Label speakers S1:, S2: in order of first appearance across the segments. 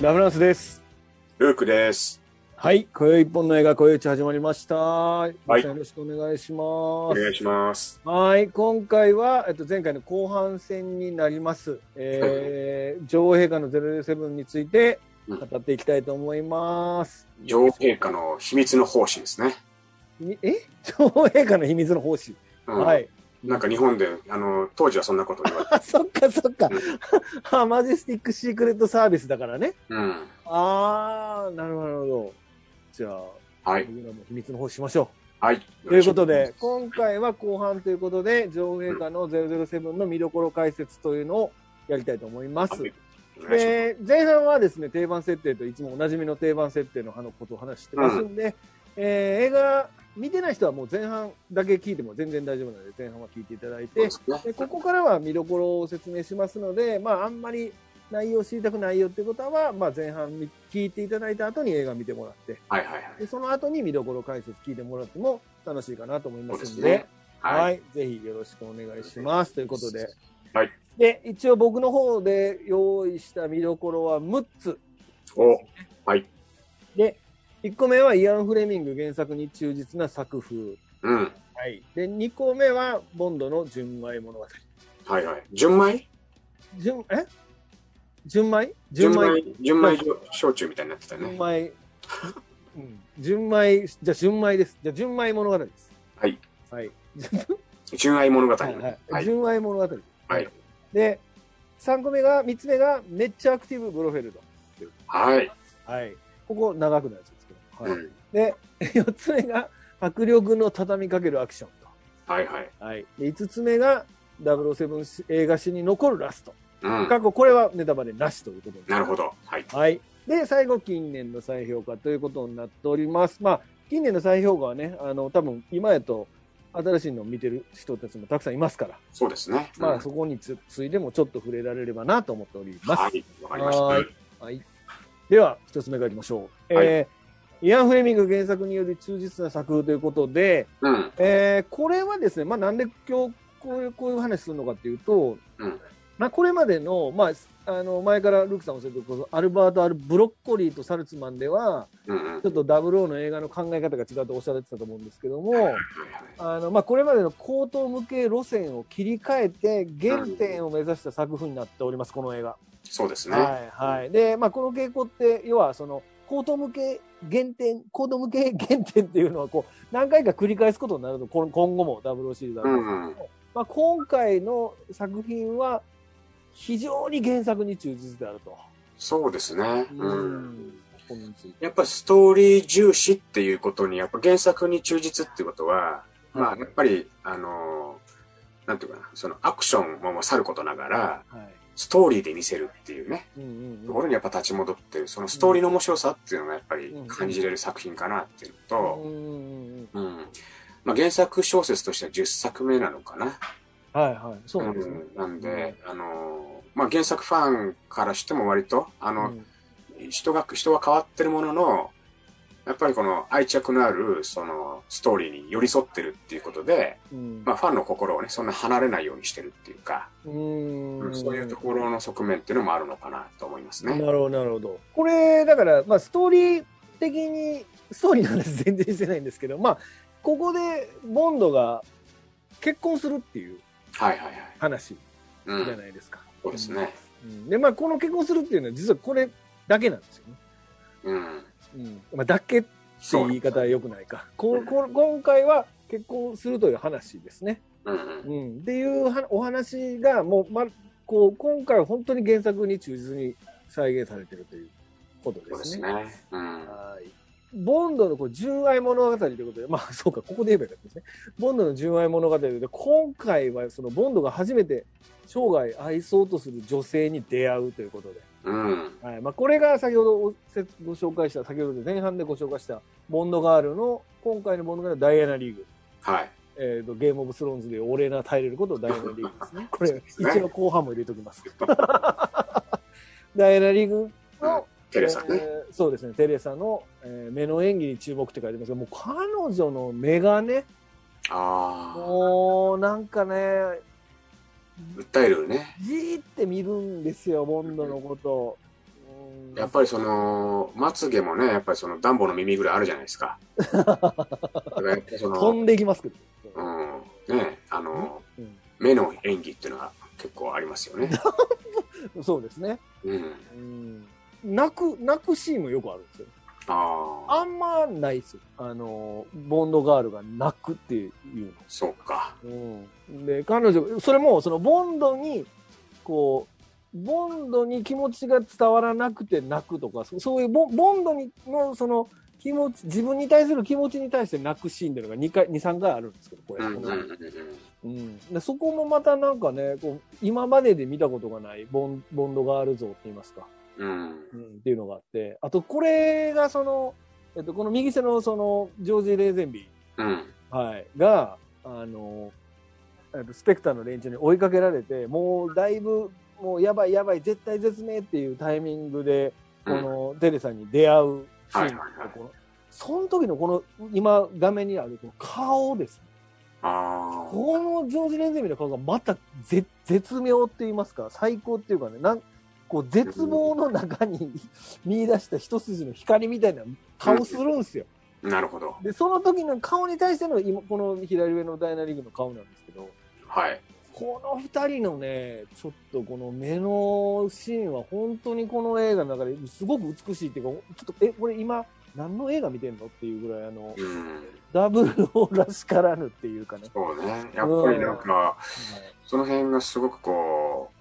S1: ラフランスです。
S2: ルークです。
S1: はい。今宵一本の映画、今宵一始まりました。皆さんよろしくお願いし
S2: お
S1: ます。
S2: 願いします。
S1: はい。今回は、えっと、前回の後半戦になります。えー、女王陛下の007について
S2: うん
S1: 語っていきたいと思います。
S2: 女王陛下の秘密の方針ですね。
S1: にえ女王陛下の秘密の奉仕。
S2: うん
S1: はい。
S2: なんか日本で、あの、当時はそんなこと 言われて。
S1: あ、そっかそっか
S2: うん。
S1: あマジェスティックシークレットサービスだからね。
S2: うん。
S1: あー、なるほどなるほど。じゃあ、
S2: はい。
S1: 僕らも秘密の方しましょう。
S2: はい。
S1: ということで、今回は後半ということで、女王陛下の007の見どころ解説というのをやりたいと思います。
S2: はいお願いし
S1: で、前半はですね、定番設定といつもおなじみの定番設定のあのことを話してますんで、えー映画見てない人はもう前半だけ聞いても全然大丈夫なので、前半は聞いていただいて
S2: ま、す。そうです
S1: で
S2: ね
S1: ここからは見どころを説明しますので、まあ、あんまり内容を知りたくないよってことは、まあ、前半見聞いていただいた後に映画見てもらって、
S2: はいはいはい。
S1: でその後に見どころ解説聞いてもらっても楽しいかなと思いま
S2: そうですす
S1: ので、
S2: ね。
S1: はい、
S2: はい。
S1: ぜひよろしくお願いします。ということで、
S2: はい
S1: で一応僕の方で用意した見どころは6つ
S2: お、はい。
S1: で、1個目はイアン・フレミング原作に忠実な作風。
S2: うん。
S1: はい、で2個目はボンドの純米物語。
S2: はいはい。純米
S1: 純え純米純
S2: 純
S1: 米
S2: 米純米焼酎みたいになってた
S1: 純
S2: ね。
S1: 米、うん、純米、じゃあ純米です。じゃあ純米物語です。
S2: はい。
S1: はい。
S2: 純愛物語。
S1: は
S2: はい
S1: はい
S2: い。はい。
S1: 純愛物語。
S2: はい
S1: で、3個目が、3つ目が、めっちゃアクティブブロフェルド。
S2: はい。
S1: はい。ここ長くなるやつですけど。
S2: う
S1: はい。
S2: ん
S1: で、4つ目が、迫力の畳みかけるアクション
S2: はいはい。
S1: と。はい。で、5つ目が、007し映画史に残るラスト。
S2: うん。
S1: 過去、これはネタバレなしということに
S2: なるほど。はい。
S1: はい。で、最後、近年の再評価ということになっております。まあ、近年の再評価はね、あの、多分、今やと、新しいのを見てる人たちもたくさんいますから、
S2: そうですね。
S1: ま
S2: うん
S1: あ、そこにつついでもちょっと触れられればなと思っております。
S2: はい。わかりました。
S1: は
S2: はい
S1: では、一つ目からいきましょう。
S2: はい
S1: えーイアン・フレミング原作により忠実な作風ということで、
S2: うん。
S1: えーこれはですね、まあ、なんで今日こういうこういう話するのかっていうと、
S2: うん
S1: まあ、これまでの,、まあ、あの前からルークさんおっしゃってるこのアルバート・アルブロッコリーとサルツマンでは
S2: うんうん。
S1: ちょっと00の映画の考え方が違うとおっしゃられてたと思うんですけど
S2: はい
S1: もあの、まあ、これまでの高等無形路線を切り替えて原点を目指した作風になっておりますこの映画。
S2: そうですね。
S1: はいはい。で、まあ、この傾向って、要は、その、高等向け原点、高等向け原点っていうのは、こう、何回か繰り返すことになると、この今後も WO シリーズある、
S2: うん。
S1: まあ、今回の作品は、非常に原作に忠実であると。
S2: そうですね。うん。
S1: ここについて。
S2: やっぱストーリー重視っていうことに、やっぱ原作に忠実っていうことは、まあやっぱり、あのーなんていうかな、そのアクションももうさることながら、
S1: はい。
S2: ストーリーで見せるっていうね、
S1: うんうん
S2: と
S1: うん
S2: ころにやっぱ立ち戻ってる、そのストーリーの面白さっていうのがやっぱり感じれる作品かなっていうの
S1: う
S2: と、
S1: んうんうん。
S2: うん。まあ原作小説としては10作目なのかな。
S1: はいはい。そうなんですね。
S2: うんなんで、あのーまあ原作ファンからしても割と、あ
S1: う
S2: の、
S1: ん
S2: 人が、人は変わってるものの、やっぱりこの愛着のある、その、ストーリーに寄り添ってるっていうことで、
S1: うん
S2: まあ、ファンの心をね、そんな離れないようにしてるっていうか、
S1: うん
S2: そういうところの側面っていうのもあるのかなと思いますね。
S1: なるほど、なるほど。これ、だから、まあ、ストーリー的に、ストーリーの話全然してないんですけど、まあ、ここで、ボンドが結婚するっていう
S2: はいはいはい。
S1: 話
S2: う
S1: じゃ
S2: ん。
S1: ないですか。
S2: そうですね。
S1: うんで、まあ、この結婚するっていうのは、実はこれだけなんですよね。
S2: うん。
S1: まあ、だけって
S2: そ
S1: いう
S2: う。
S1: 言い方は良くないか。ここ今回は結婚するという話ですね。
S2: うんうん。
S1: うん、っていうはお話が、もう、まあ、こう、今回は本当に原作に忠実に再現されてるということ
S2: そう
S1: で
S2: ですす
S1: ね。
S2: ね。うん。
S1: はい。ボンドのこう純愛物語ということで、まあ そうか、ここで言えばよかったですね。ボンドの純愛物語で、今回はそのボンドが初めて生涯愛そうとする女性に出会うということで、
S2: うん。
S1: はいまあ、これが先ほどおせご紹介した、先ほど前半でご紹介したボンドガールの、今回のボンドガールはダイアナリーグ、
S2: はい。
S1: えーとゲームオブスローンズで俺な耐えれることをダイアナリーグですね。これ、一応後半も入れときます。ダイアナリーグの
S2: テレサね。
S1: えーそうですね、テレサの、えー目の演技に注目って書いてますけど、もう彼女の目がね、
S2: あ
S1: もうなんかね、
S2: あ。訴えるね。
S1: じーって見るんですよ、ボンドのこと。うん
S2: やっぱりその、まつげもね、やっぱりその、ダンボの耳ぐらいあるじゃないです か。だからやっぱりそ
S1: 飛
S2: の、
S1: んでいきますけど。
S2: うん、ね、あの、
S1: うん
S2: 目の演技っていうのは結構ありますよね。
S1: そうですね。
S2: うん。
S1: うん泣く、泣くシーンもよくあるんですよ。
S2: ああ、
S1: あんまないですよ。あの、ボンドガールが泣くっていうの。
S2: そうか。
S1: うん、で彼女それもそのボンドにこうボンドに気持ちが伝わらなくて泣くとかそそういうボボンドにのその気持ち自分に対する気持ちに対して泣くシーンっていうのが2回23回あるんですけどこれ、
S2: うんうん
S1: こ
S2: うんう
S1: の
S2: ん。
S1: うん、でそこもまたなんかねこう今までで見たことがないボンボンドガール像って言いますか、
S2: うん。
S1: うん、っていうのがあってあとこれがその、えっと、この右手のそのジョージ・レーゼンビー
S2: うん。
S1: はい、が、あの、えっとスペクターの連中に追いかけられて、もうだいぶ、もうやばいやばい、絶対絶命っていうタイミングで、こ
S2: うん。
S1: のテレサに出会うシーン、
S2: はいはいはい
S1: このその時のこの、今画面にあるこの顔ですね。
S2: ああ、
S1: このジョージ・レンゼミの顔がまた絶絶妙って言いますか、最高っていうかね、なんこう絶望の中に 見出した一筋の光みたいな顔するんですよ。
S2: なるほど。
S1: で、その時の顔に対しての、今、この左上のダイナリングの顔なんですけど、
S2: はい。
S1: この二人のね、ちょっとこの目のシーンは本当にこの映画の中ですごく美しいっていうか、ちょっと、え、これ今、何の映画見てんのっていうぐらい、あの、
S2: うん。
S1: ダブルオらしからぬっていうかね。
S2: そうね。やっぱりなんか、その辺がすごくこう、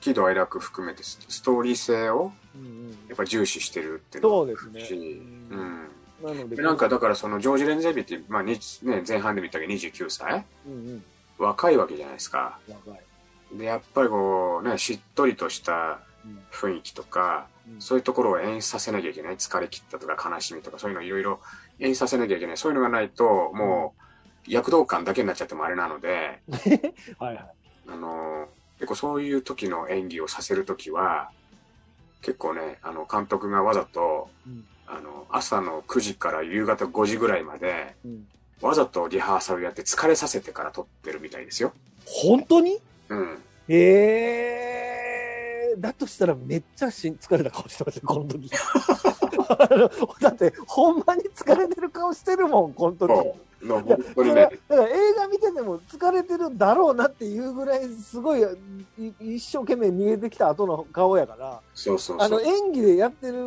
S2: 喜怒哀楽含めてスストーリー性を
S1: うんうん
S2: やっぱり重視してるっていう
S1: そ
S2: の
S1: う
S2: が
S1: ですね
S2: し、うん。
S1: なので、
S2: なんかだからそのジョージ・レンゼビって、まあ、にね、前半で見たけど29歳
S1: うんうん、
S2: 若いわけじゃないですか。
S1: 若い。
S2: で、やっぱりこう、ね、しっとりとした
S1: うん
S2: 雰囲気とか、
S1: うん
S2: そういうところを演出させなきゃいけない。疲れ切ったとか悲しみとか、そういうのをいろいろ演出させなきゃいけない。そういうのがないと、もう、躍動感だけになっちゃってもあれなので、
S1: はいはい。
S2: あの、結構そういう時の演技をさせるときは、結構ね、あの、監督がわざと、
S1: うん
S2: あの、朝の9時から夕方5時ぐらいまで、
S1: うん
S2: わざとリハーサルやって疲れさせてから撮ってるみたいですよ。
S1: 本当に
S2: うん。
S1: ええだとしたらめっちゃしん疲れた顔してましたよ、この時。 あのだって、ほんまに疲れてる顔してるもん、この時。
S2: そう。の本当に
S1: それは
S2: ね
S1: だ、から映画見てても疲れてるんだろうなっていうぐらい、すごいい一生懸命見えてきた後の顔やから、
S2: そうそう
S1: あの
S2: そう。
S1: 演技でやってる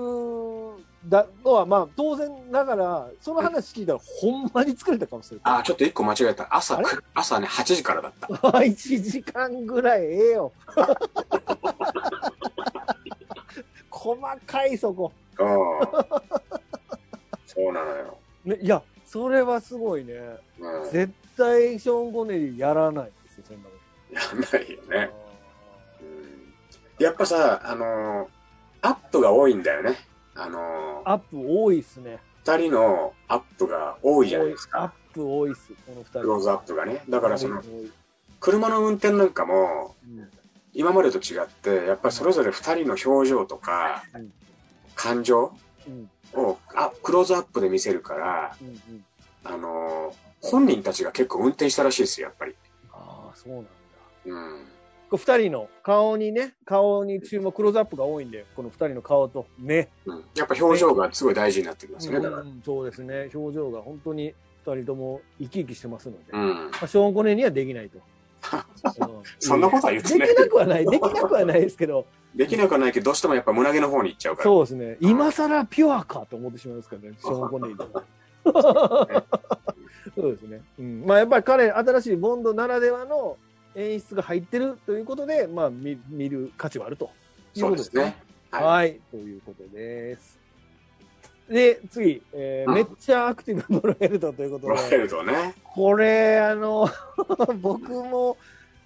S1: だのは、まあ当然ながら、その話聞いたら、ほんまに疲れた顔してる。
S2: あ、ちょっと一個間違えた。朝
S1: あれ
S2: く、朝ね、8時からだった。
S1: 1時間ぐらいええよ。 細かいそこ。
S2: ああ。 そうなのよ。
S1: ね、いや、それはすごいね。
S2: うん。
S1: 絶対ショーン・コネリーやらないですよ、そんなこ
S2: やんないよ
S1: と。
S2: ね。うんやっぱさ、あのーアップが多いんだよね。あのー
S1: アップ多いっすね。
S2: 二人のアップが多いじゃないです
S1: アッ
S2: か。
S1: プ多いっす、この二人。
S2: クローズアップがね。だからその
S1: 多、い多い
S2: 車の運転なんかも、
S1: うん
S2: 今までと違って、やっぱりそれぞれ二人の表情とか
S1: うん、
S2: 感情
S1: うん
S2: を、あ、クローズアップで見せるから、
S1: うんうん
S2: あのー本人たちが結構運転したらしいですよ、やっぱり。
S1: ああ、そうなんだ。
S2: うん。
S1: こう二人の顔にね、顔に注目、クローズアップが多いんで、この二人の顔と目。
S2: うん、やっぱ表情がすごい大事になってきますよね、だか
S1: うんそうですね、表情が本当に2人とも生き生きしてますので、
S2: ら。
S1: ま
S2: うん。
S1: あ、ショーン・コネリーにはできない と。
S2: そんな
S1: と
S2: ことは言ってな
S1: で
S2: い
S1: き。なくはない、できなくはないですけど、
S2: できなくはないけど、どうしてもやっぱ胸毛の方に行っちゃうから。
S1: そうですね、今更ピュアかと思ってしまいますからね、ショーン・コネリーと。そうですね、うんまあ、やっぱり彼、新しいボンドならではの演出が入ってるということで、まあ、見見る価値はあるという
S2: そ
S1: こ
S2: う
S1: とで
S2: で
S1: すすね。
S2: ね。はい。
S1: はい、ということです。で、次、えー
S2: うん
S1: めっちゃアクティブブロエルトということ
S2: プロフ
S1: で
S2: ェ、ルトね。
S1: これ、あの、 僕も、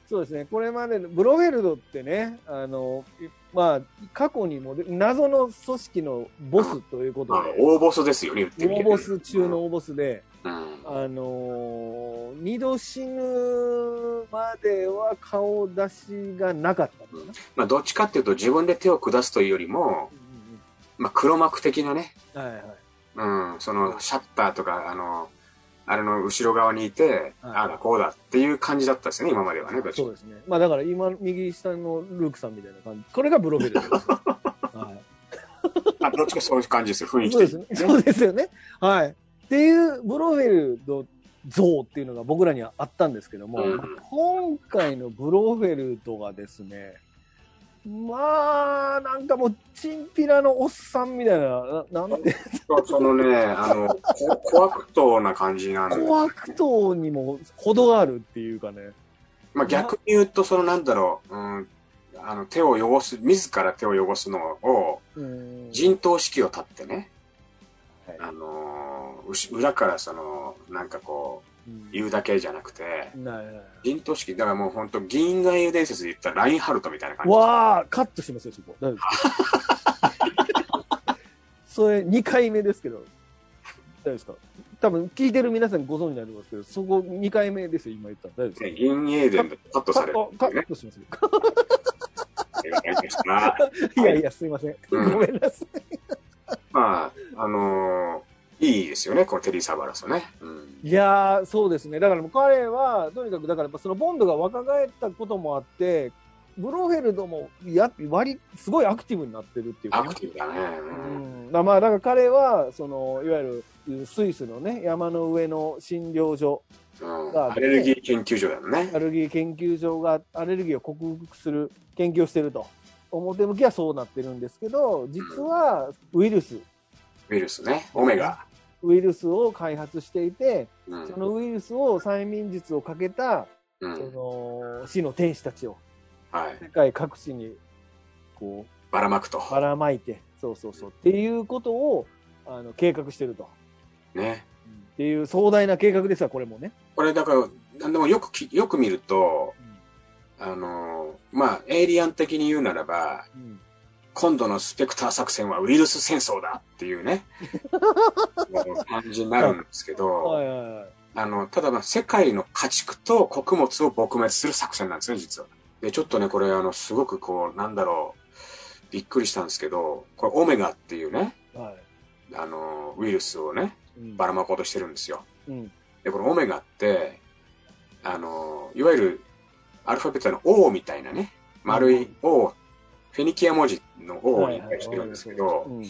S1: そうですね、これまでの、ブロフェルドってね、あの、いまあ、過去にもで、謎の組織のボスということ
S2: まあ
S1: で、
S2: 大ボスですよね、言ってみ
S1: 大
S2: れば
S1: ボス中の。大ボスで、
S2: うん。
S1: あのー二度死ぬまでは顔出しがなかったのかな。
S2: まあ、どっちかっていうと、自分で手を下すというよりも、まあ、黒幕的なね、
S1: うんうんうんはいはい。
S2: うん、その、シャッターとか、あの、あれの後ろ側にいて、
S1: はい
S2: ああだこうだっていう感じだったですね、今まではね、どっち
S1: そうですね。 まあだから今、右下のルークさんみたいな感じ。これがブロフェルドです。は
S2: あどっちかそういう感じですよ、雰囲気
S1: そうです
S2: 的
S1: ね。そうですよね。はい。っていうブローフェルド像っていうのが僕らにはあったんですけども、
S2: うん
S1: 今回のブローフェルドがですね、まあ、なんかもう、チンピラのおっさんみたいな、ななんて、
S2: そうそのね、あの、こ怖くとな感じなんで。
S1: 怖くとにも程があるっていうかね。
S2: まあ、逆に言うと、そのなんだろう、うん、あの、手を汚す、自ら手を汚すのを、
S1: うん
S2: 陣頭指揮を立ってね、
S1: はい
S2: あのーうし裏からその、なんかこう、言うだけじゃなくて、
S1: ないないない
S2: 陣頭指揮、だからもう本当銀河英雄伝説で言ったらラインハルトみたいな感じ。
S1: わあ、カットしますよ、そこ。大丈夫です。それ、2回目ですけど、大丈夫ですか多分、聞いてる皆さんご存知になりますけど、そこ2回目ですよ、今言ったの大丈夫
S2: ね
S1: で
S2: 銀英伝でカット
S1: すか
S2: される
S1: カット、カットしますよ。
S2: っていう感じですな。
S1: いやいや、すいません。ご
S2: うん
S1: めんなさい。
S2: まあ、あのーいいですよね、このテリー・サバラスね。うん。
S1: いやー、そうですね。だからもう彼は、とにかく、だからやっぱそのボンドが若返ったこともあって、ブローフェルドもや割りすごいアクティブになってるっていうか
S2: ア
S1: ね
S2: クティブだね。うん
S1: うん、だまあだから彼はそのいわゆるスイスのね山の上の診療所
S2: うん、
S1: が
S2: アレルギー研究所だよね
S1: ア。レルギー研究所がアレルギーを克服する研究をしてると表向きはそうなってるんですけど実はウイルス
S2: ウイルスね。オメガ。
S1: ウイルスを開発していて
S2: うん
S1: そのウイルスを催眠術をかけた
S2: う
S1: そ
S2: ん。
S1: の死の天使たちを
S2: はい。
S1: 世界各地にこう
S2: ばらまくと。
S1: ばらまいてそうそうそうっていうことをあの計画してると。
S2: ね。
S1: っていう壮大な計画ですわこれもね。
S2: これだから、でもよくき、よく見ると、あのーまあ、エイリアン的に言うならば、
S1: うん
S2: 今度のスペクター作戦はウイルス戦争だっていうね、感じになるんです け
S1: は
S2: ど、
S1: いはいはい。
S2: あの、ただまあ、世界の家畜と穀物を撲滅する作戦なんですね、実は。で、ちょっとね、これ、あの、すごくこう、なんだろう、びっくりしたんですけど、これ、オメガっていうね、
S1: は
S2: あの、ウイルスをね、
S1: い。うん
S2: ばらまこうとしてるんですよ。
S1: うん。
S2: で、このオメガって、あの、いわゆるアルファベットの O みたいなね、丸い O、フェニキア文字の O に対してるんですけ
S1: う
S2: ど、
S1: ん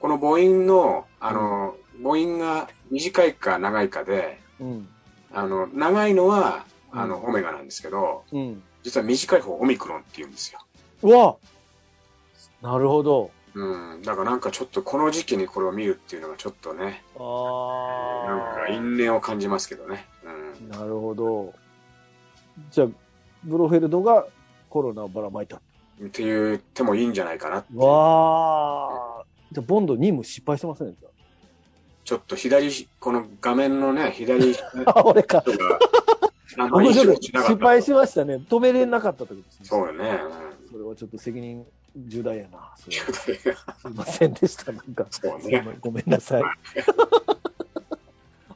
S2: この母音の、あの、母音が短いか長いかで、
S1: うん。
S2: あの、長いのは、あの、
S1: うん
S2: オメガなんですけど、
S1: うん。
S2: 実は短い方オミクロンって言うんですよ。
S1: うわなるほど。
S2: うん、だからなんかちょっとこの時期にこれを見るっていうのがちょっとね、な
S1: あ
S2: んか
S1: あ。
S2: 因縁を感じますけどね。うん。
S1: なるほど。じゃあ、ブロフェルドがコロナをばらまいた。
S2: って言ってもいいんじゃないかなっていう
S1: わあ。じゃあ、ボンド任務失敗してませんでし
S2: ちょっと左、この画面のね、左人
S1: たあ、俺か。
S2: が、なん
S1: 面白い。
S2: しなか
S1: 失
S2: った。
S1: 敗しましたね。止めれなかったってことですね。
S2: そうよね。
S1: それはちょっと責任重大やな。それは
S2: うん
S1: すいませんでした。なんか。
S2: そう
S1: ごめ
S2: ね。
S1: んごめんなさい。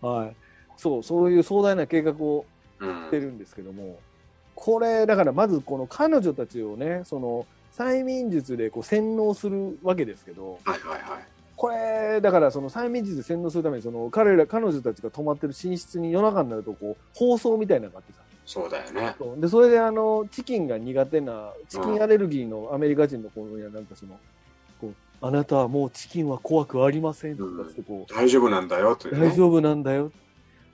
S1: はい。そう、そういう壮大な計画を
S2: う
S1: して
S2: ん。
S1: るんですけども、これ、だからまずこの彼女たちをね、その、催眠術でこう洗脳するわけですけど、
S2: はいはいはい。
S1: これ、だからその催眠術で洗脳するために、その彼ら、彼女たちが泊まってる寝室に夜中になると、こう、放送みたいなのがあってさ、
S2: そうだよね。
S1: そうで、それであの、チキンが苦手な、チキンアレルギーのアメリカ人の子やなんかその、こう、あなたはもうチキンは怖くありませんとかつってこう、
S2: 大丈夫なんだよ、というね。
S1: 大丈夫なんだよ。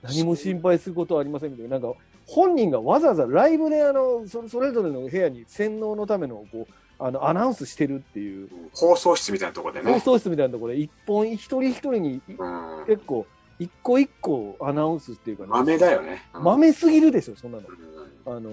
S1: 何も心配することはありませんみたいな。なんか、本人がわざわざライブで、あの、そそれぞれの部屋に洗脳のための、こう、あの、アナウンスしてるっていう、
S2: 放送室みたいなとこで
S1: 放
S2: ね。
S1: 送室みたいなところで、一本、一人一人に、い
S2: うん。
S1: 結構、一個一個アナウンスっていうか、
S2: 豆だよね。うん
S1: 豆すぎるでしょ、そんなの
S2: う。ん
S1: あの、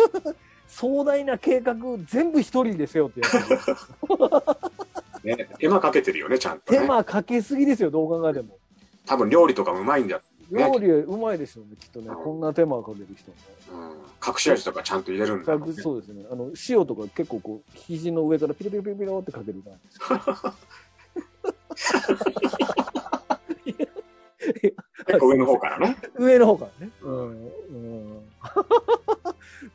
S1: 壮大な計画、全部一人でせよってやつ。
S2: ね、手間かけてるよね、ちゃんと
S1: 手
S2: ね。
S1: 間かけすぎですよ、どう考えても。
S2: 多分料理とかうまいんだ。ね
S1: 料理うまいですよね、きっとね。こんな手間かける人も。
S2: うん。隠し味とかちゃんと入れるんだろうね。
S1: そうですね。あの、塩とか結構こう、肘の上からピロピロピロピロってかけるじゃないですか。
S2: 結構上の方からね。
S1: 上の方からね。うん。うん、 っ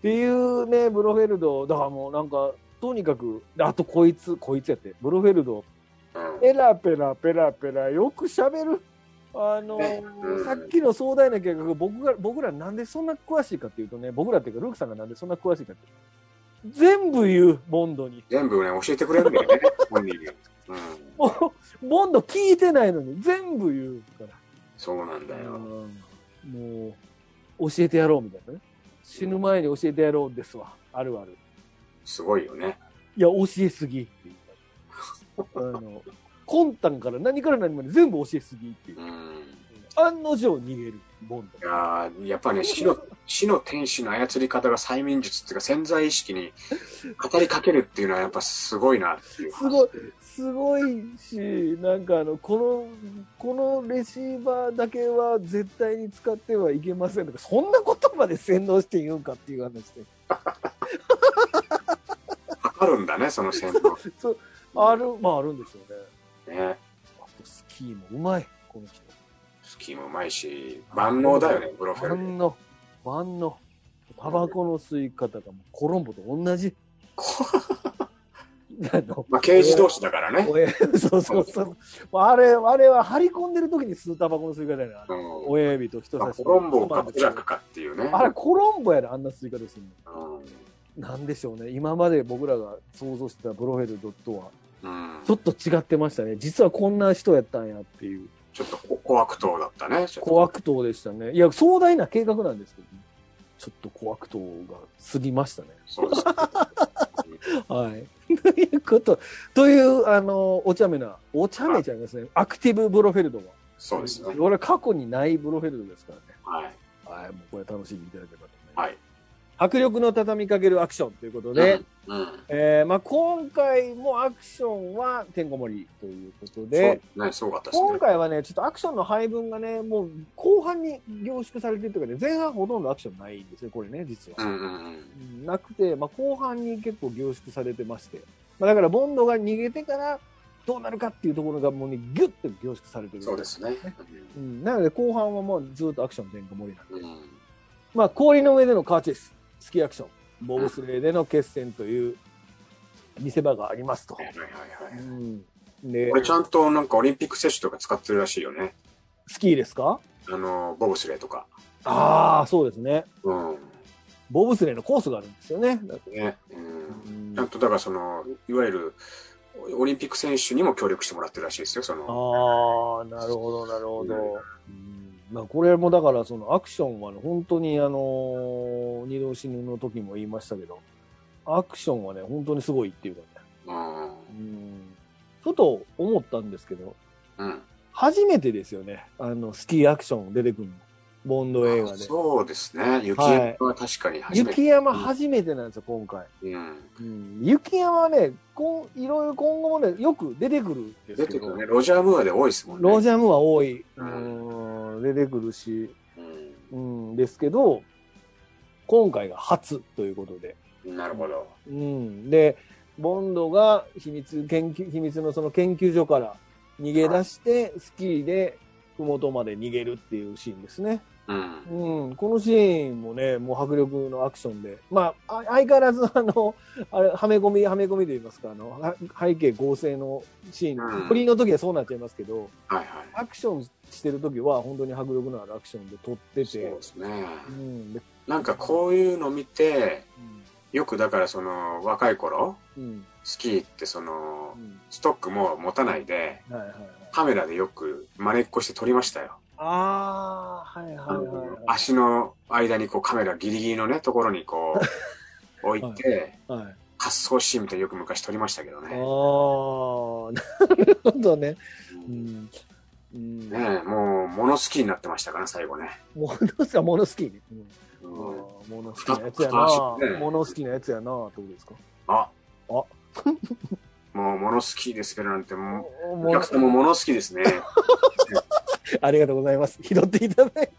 S1: ていうね、ブロフェルド、だからもうなんか、とにかく、あとこいつ、こいつやって、ブロフェルド、
S2: うん。
S1: ペラペラペラペラ、よく喋る。あの
S2: ねうん
S1: さっきの壮大な計画、僕が、僕らなんでそんな詳しいかっていうとね、僕らっていうか、ルークさんがなんでそんな詳しいかっていうと全部言う、ボンドに。
S2: 全部ね、教えてくれるんだよね、本人が。うん。
S1: もうボンド聞いてないのに全部言うから。
S2: そうなんだよ。
S1: もう、教えてやろうみたいなね。死ぬ前に教えてやろうですわ。あるある。
S2: すごいよね。
S1: いや、教えすぎっていう。あの、魂胆から何から何まで全部教えすぎっていう
S2: う。ん。
S1: 案の定逃げる、ボン
S2: いやーやっぱね、死の、死の天使の操り方が催眠術っていうか潜在意識に語りかけるっていうのはやっぱすごいなっていう。
S1: すごい。すごいし、なんかあの、この、このレシーバーだけは絶対に使ってはいけませんとか、そんなことまで洗脳して言うんかっていう話で。
S2: 測るんだね、その戦法。
S1: そう、ある、まああるんでしょうね。
S2: ね。
S1: あとスキーもうまい、この人。
S2: スキーもうまいし、万能だよね、プロフェル。
S1: 万能、万能。タバコの吸い方がもうコロンボと同じ。あの
S2: まあ、刑事同士だからね。
S1: おえそうそうそう。あれ、あれは張り込んでる時に吸うタバコの吸い方やな。
S2: うん。
S1: 親指と人
S2: まあ
S1: 差し
S2: コ
S1: 指。
S2: ロンボかブラックかっていうね。
S1: あれ、コロンボやで、あんな吸い方でする
S2: うん
S1: の。なんでしょうね。今まで僕らが想像してたブロフェルドとは、
S2: うん
S1: ちょっと違ってましたね。実はこんな人やったんやっていう。
S2: ちょっとこ小悪党だったね。ちょっと
S1: 小悪党でしたね。いや、壮大な計画なんですけど、ね、ちょっと小悪党が過ぎましたね。
S2: そうです。
S1: はい。ということ、という、あの、お茶目な、お茶目ちゃいますね。アクティブブロフェルドは。
S2: そうですね。
S1: これは過去にないブロフェルドですからね。
S2: はい。
S1: はい、もうこれ楽しみいただければと思います。
S2: はい。
S1: 迫力の畳みかけるアクションということで、
S2: うん、うん。
S1: えーまあ、今回もアクションはてんこ盛りということ
S2: そう
S1: で、
S2: ね、すごかったですね
S1: 今。回はね、ちょっとアクションの配分がね、もう後半に凝縮されてるというかね、前半ほとんどアクションないんですよ、これね、実は。
S2: うんうんうん。
S1: うんなくて、まあ、後半に結構凝縮されてまして、まあ、だからボンドが逃げてからどうなるかっていうところがもうね、ギュッと凝縮されてる。
S2: そうで。すね。
S1: うん、なので後半はもうずっとアクション全部盛りなんで。
S2: うん。
S1: まあ、氷の上でのカーチェイス、スキーアクション、ボブスレーでの決戦という見せ場がありますと
S2: は。いはいは
S1: う
S2: い。
S1: ん、で
S2: これちゃんとなんかオリンピック選手とか使ってるらしいよね。
S1: スキーですか
S2: あの、ボブスレーとか。
S1: ああ、そうですね。
S2: うん。
S1: ボブスレーのコースがあるんですよね。
S2: ね。うん。
S1: うん
S2: ちゃんとだからその、いわゆる、オリンピック選手にも協力してもらってるらしいですよ、その。
S1: ああ、なるほど、なるほど。うんまあ、これもだから、そのアクションはね、本当にあのー二度死ぬの時も言いましたけど、アクションはね、本当にすごいっていうかね、
S2: うん。
S1: うん、ふと思ったんですけど、
S2: うん。
S1: 初めてですよね、あの、スキーアクション出てくるの。ボンド映画で。
S2: そうですね。雪は確かに初めて。
S1: 雪山初めてなんですよ、今回。
S2: うん。
S1: うん、雪山はね、こんいろいろ今後もね、よく出てくるんです
S2: 出
S1: け
S2: てく
S1: ど、
S2: るね。ロジャームーアで多いですもんね。
S1: ロジャムは多い。
S2: う
S1: うん、出てくるし、
S2: う
S1: うん、ですけど、今回が初ということで。
S2: ん。なるほど。
S1: うん、で、ボンドが秘密研究、秘密のその研究所から逃げ出して、スキーで麓まで逃げるっていうシーンですね。
S2: うん。
S1: うん、このシーンもね、もう迫力のアクションで、まあ、あ相変わらずあの、あれ、はめ込み、はめ込みで言いますか、あの、は背景合成のシー
S2: う
S1: ン、
S2: ん
S1: 鳥の時はそうなっちゃいますけど、
S2: はいはい。
S1: アクションしてる時は本当に迫力のあるアクションで撮って
S2: そう
S1: て
S2: で、すね。
S1: うん、で
S2: なんかこういうの見て、よくだからその若い頃、
S1: うん、
S2: スキーってその
S1: う、ん、
S2: ストックも持たないで、
S1: はいはいはい。
S2: カメラでよく真似っこして撮りましたよ。
S1: ああ、はいはいはい
S2: あの足の間にこうカメラギリギリのね、ところにこ う、置いて、
S1: はい。はい、
S2: 滑走シーンみたいによく昔撮りましたけど
S1: ああ
S2: ね。
S1: ー、 なるほどね。う
S2: ね
S1: ん。うん、
S2: え、もう、もの好きになってましたから、最後ね。
S1: ものすもの好きね。うんあ
S2: うん
S1: ーもの好きなやつやな
S2: 片足ね。
S1: もの好きなやつやなってことですか。
S2: あ
S1: あ
S2: もう、 もの好きですけどなんて、もう、お
S1: もの
S2: 客さんももの好きですね。
S1: ありがとうございます。拾っていただいて。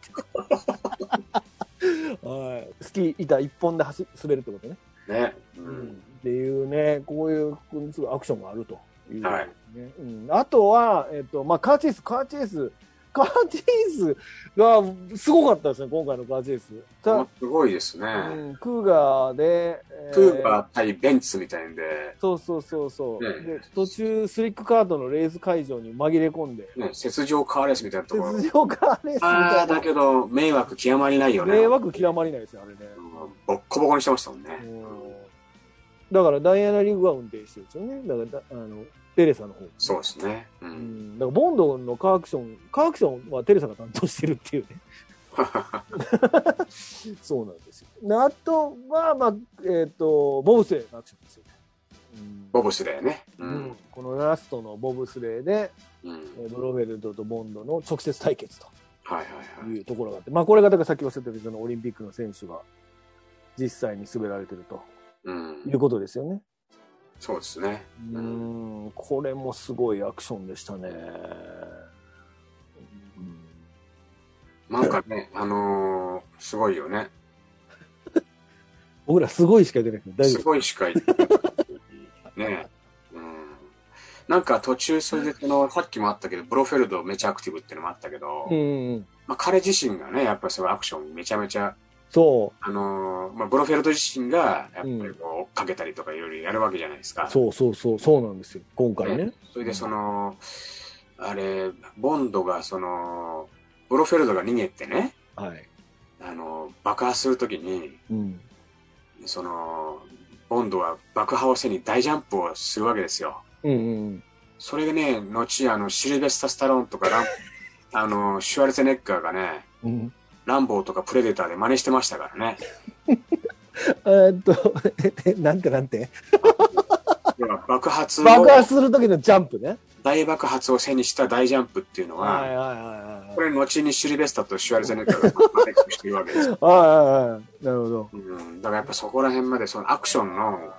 S1: はい。スキー板一本で走滑るってことね。
S2: ね。う。
S1: うんっていうね、こういうこういうすごいアクションがあるという、ね
S2: はい
S1: うん。あとは、えっと、まあ、カーチェイス、カーチェイス、カーチェイスがすごかったですね、今回のカーチェイス。
S2: も
S1: た
S2: うすごいですね。
S1: うん、クーガーで、え
S2: クーガー対ベンツみたいんで、
S1: そうそうそうそう、
S2: ね
S1: で、途中、スリックカードのレース会場に紛れ込んで、
S2: ね、雪上カーレースみたいなところ。
S1: 鉄上カーレースみ
S2: あ
S1: た
S2: あ、
S1: いな
S2: だ。けど、迷惑極まりないよね。
S1: 迷惑極まりないですよ、あれね。
S2: うんボッコボコにしてましたもんね。
S1: うんだからダイアナ・リグが運転してるんですよね。だからだあのテレサの方、
S2: そうですね。う。
S1: うんん、だからボンドのカーアクションカーアクションはテレサが担当してるっていうね そうなんですよであとは、まあえっとボブスレーのアクションですよね、うん
S2: ボブスレーね。う
S1: うん
S2: ん。
S1: このラストのボブスレーで
S2: うん。
S1: えーブロフェルドとボンドの直接対決と
S2: はいはいはい。
S1: いうところがあって、まあ、これがだからさっきおっしゃったようにそのオリンピックの選手が実際に滑られてると
S2: う。
S1: いうんことですよね。
S2: そうですね。
S1: う
S2: うん
S1: ーん、これもすごいアクションでしたね。うん
S2: なんかね、あのーすごいよね。
S1: 僕らすごいしか出ないけど大丈
S2: す
S1: 夫
S2: ごいしか言ってない。ね。うん。なんか途中、それで、その、さっきもあったけど、ブロフェルドめちゃアクティブっていうのもあったけど、
S1: うんうん、
S2: まあ、彼自身がね、やっぱりそのアクションめちゃめちゃ、
S1: そ
S2: あのーまあ、ブロフェルド自身が、やっぱりこう、追っかけたりとかいろいろやるわけじゃないですか。
S1: う、そうそうそう、そうなんですよ。今回ね。
S2: それでその、あれ、ボンドがその、ブロフェルドが逃げてね、
S1: はい。
S2: あの、爆破するときに、
S1: うん。
S2: その、ボンドは爆破をせに大ジャンプをするわけですよ。
S1: うんうん
S2: それがね、後、あの、シルベスタ・スタローンと かラン、あの、シュワルツェネッガーがね、
S1: うん。うん、
S2: ランボーとかプレデターで真似してましたからね。
S1: えーっと、 えなんてなんて。
S2: 要は爆発を、
S1: 爆破する時のジャンプね。
S2: 大爆発を背にした大ジャンプっていうの
S1: はいはい
S2: は、
S1: はい
S2: こ
S1: はい。
S2: れ後にシルベスタとシュワルツェネッガーが真似してるわけです よ。
S1: はいはいはい。なるほど。
S2: うん、だからやっぱそこら辺までそのアクションの、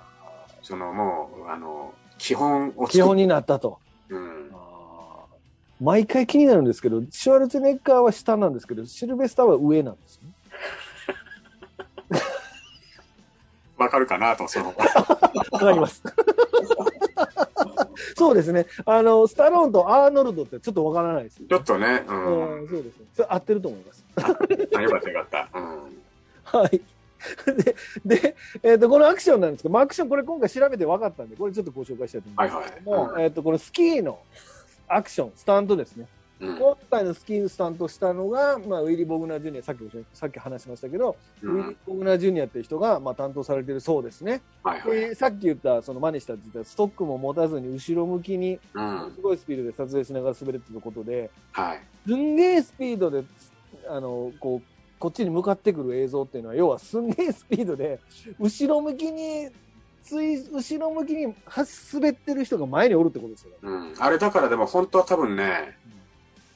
S2: そのもう、あの、基本を
S1: 基本
S2: に、
S1: になったと。
S2: うん、
S1: 毎回気になるんですけど、シュワルツェネッガーは下なんですけど、シルベスターは上なんですね。
S2: わかるかなと、その、
S1: わかります。そうですね。あの、スタローンとアーノルドってちょっとわからないです、ね。
S2: ちょっとね、う、
S1: うんん、そうですね。それ合ってると思います。
S2: あよかったよかった。うん、
S1: はい。で、でえっ、と、このアクションなんですけど、まあ、アクション、これ今回調べて分かったんで、これちょっとご紹介したいと思いますけども、
S2: はいは
S1: えっ、と、このスキーのアクション、スタントですね。
S2: うん、
S1: 今回のスキーのスタントしたのが、まあ、ウィリー・ボグナー・ジュニア、さっきおっしゃさっき話しましたけど、
S2: う
S1: ウィリー
S2: ん、・
S1: ボグナー・ジュニアっていう人が、まあ、担当されてるそうですね。
S2: はいはい。
S1: で、さっき言った、その真似したって言ったストックも持たずに後ろ向きに、
S2: うん
S1: す、ごいスピードで撮影しながら滑るってことで、
S2: はい。
S1: すんげえスピードで、あの、こう、こっちに向かってくる映像っていうのは、要はすんげえスピードで、後ろ向きに、つい、後ろ向きには滑ってる人が前におるってことですよね。
S2: うん、あれだからでも本当は多分ね、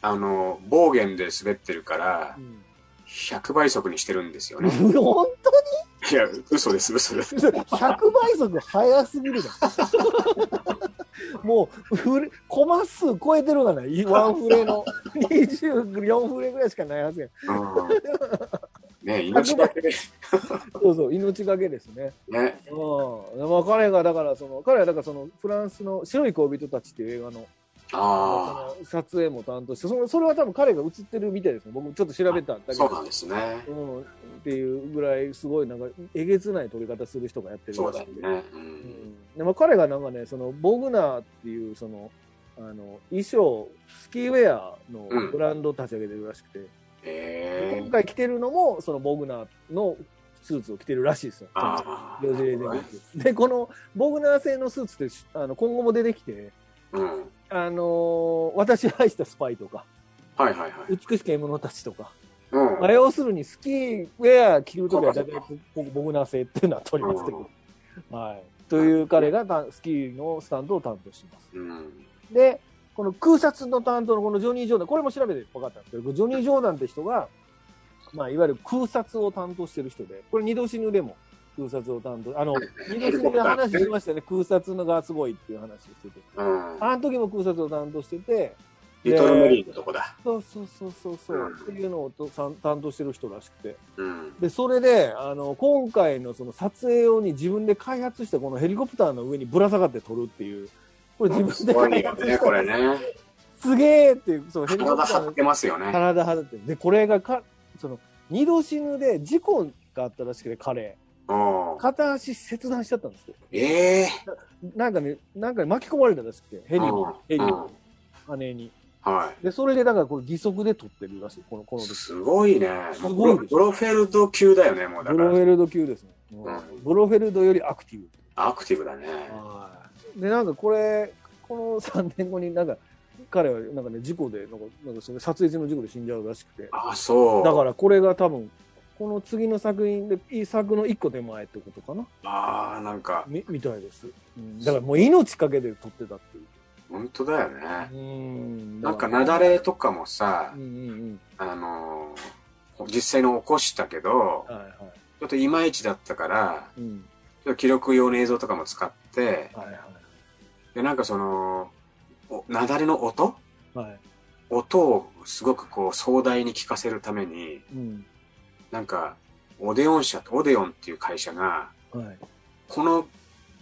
S2: あの、暴言で滑ってるから
S1: う、ん
S2: 100倍速にしてるんですよ ね。
S1: 本
S2: いや、嘘です、嘘です。
S1: 当に100倍速速すぎるな。もうフレ、コマ数超えてるがない。ワンフレの24フレぐらいしかないはずやん。
S2: うん、ね命がけで、
S1: そうそう、命がけですね。
S2: ね、
S1: うん。まあ、彼がだから、その、彼はだからその、フランスの白い恋人たちっていう映画の、
S2: あ
S1: その撮影も担当して、その、それは多分彼が映ってるみたいですね。僕ちょっと調べたんだ
S2: あ、
S1: け
S2: そうなん
S1: ど。
S2: ですね。
S1: うん。っていうぐらい、すごいなんか、えげつない撮り方する人がやってる
S2: そう
S1: らし
S2: だ
S1: い
S2: よ
S1: んで
S2: ね。うん
S1: でも彼がなんかね、そのボグナーっていうそのあの衣装、スキーウェア
S2: うん
S1: のブランドを立ち上げてるらしくて、
S2: へ
S1: 今
S2: え。
S1: 回着てるのもそのボグナーのスーツを着てるらしいですよ。
S2: ああ。
S1: ロジレーゼンっていうで、このボグナー製のスーツってあの今後も出てきて、
S2: うん。
S1: あのー私を愛したスパイとか、
S2: はいはいはい。
S1: 美しき獲物たちとか、
S2: うん。
S1: まあ、要するにスキーウェア着るときは大体ここボグナー製っていうのは取りますけど、はい。という彼がたスキーのスタンドを担当しています。
S2: うん。
S1: で、この空撮の担当のこのジョニー・ジョーダン、これも調べて分かったんですけど、ジョニー・ジョーダンって人が、まあ、いわゆる空撮を担当してる人で、これ二度死ぬでも空撮を担当、あの、二度死ぬで話しましたね、空撮のがすごいっていう話をしてて、
S2: うん。
S1: あの時も空撮を担当してて、
S2: リトルメリーのとこだ。
S1: そうそうそうそうそう、
S2: うん
S1: っていうのをとさん担当してる人らしくて、
S2: うん。
S1: で、それで、あの、今回のその撮影用に自分で開発したこのヘリコプターの上にぶら下がって撮るっていう、これ自分
S2: す
S1: で
S2: ご
S1: 開
S2: いよ
S1: 発
S2: ね、
S1: した
S2: これね。
S1: すげーっていう、そう、ヘリコ
S2: 体
S1: プター
S2: 張っ
S1: の
S2: てますよね。
S1: 体張って。で、これがか、その、二度死ぬで事故があったらしくて、彼、
S2: うん。
S1: 片足切断しちゃったんですよ。
S2: ええ。
S1: なんかね、なんか巻き込まれたらしくて、ヘリ
S2: うん
S1: に、ヘリに
S2: うん
S1: 羽に。
S2: は
S1: で、それでだからこれ義足で撮ってるらしい、この、こ
S2: い。
S1: の時。
S2: すごいね。もうブロ
S1: すごい
S2: ブロフェルド級だよね、もうだ
S1: ブ
S2: か
S1: ロフ
S2: ら。
S1: ェルド級ですね。
S2: ん
S1: ブロフェルドよりアクティブ。
S2: アクティブだね。
S1: はいで、なんかこれ、この3年後になんか、彼はなんかね、事故で、なんか、なんかその撮影中の事故で死んじゃうらしくて。
S2: ああ、そう。
S1: だからこれが多分、この次の作品で、いい作の一個手前ってことかな
S2: ああ、なんか、
S1: み、みたいです。うん、だからもう命かけて撮ってたっていう。
S2: 本当だよね。
S1: うん
S2: なんか、雪崩とかもさ
S1: うん、うん
S2: あのー実際に起こしたけど
S1: うん。、はいは
S2: ちょっといまいちだったから、
S1: い。うん。
S2: ちょっと記録用の映像とかも使って、
S1: はいはい。
S2: で、なんかその、お雪崩の音
S1: はい。
S2: 音をすごくこう壮大に聞かせるために、
S1: うん。
S2: なんか、オデオン社、オデオンっていう会社が、
S1: はい。
S2: この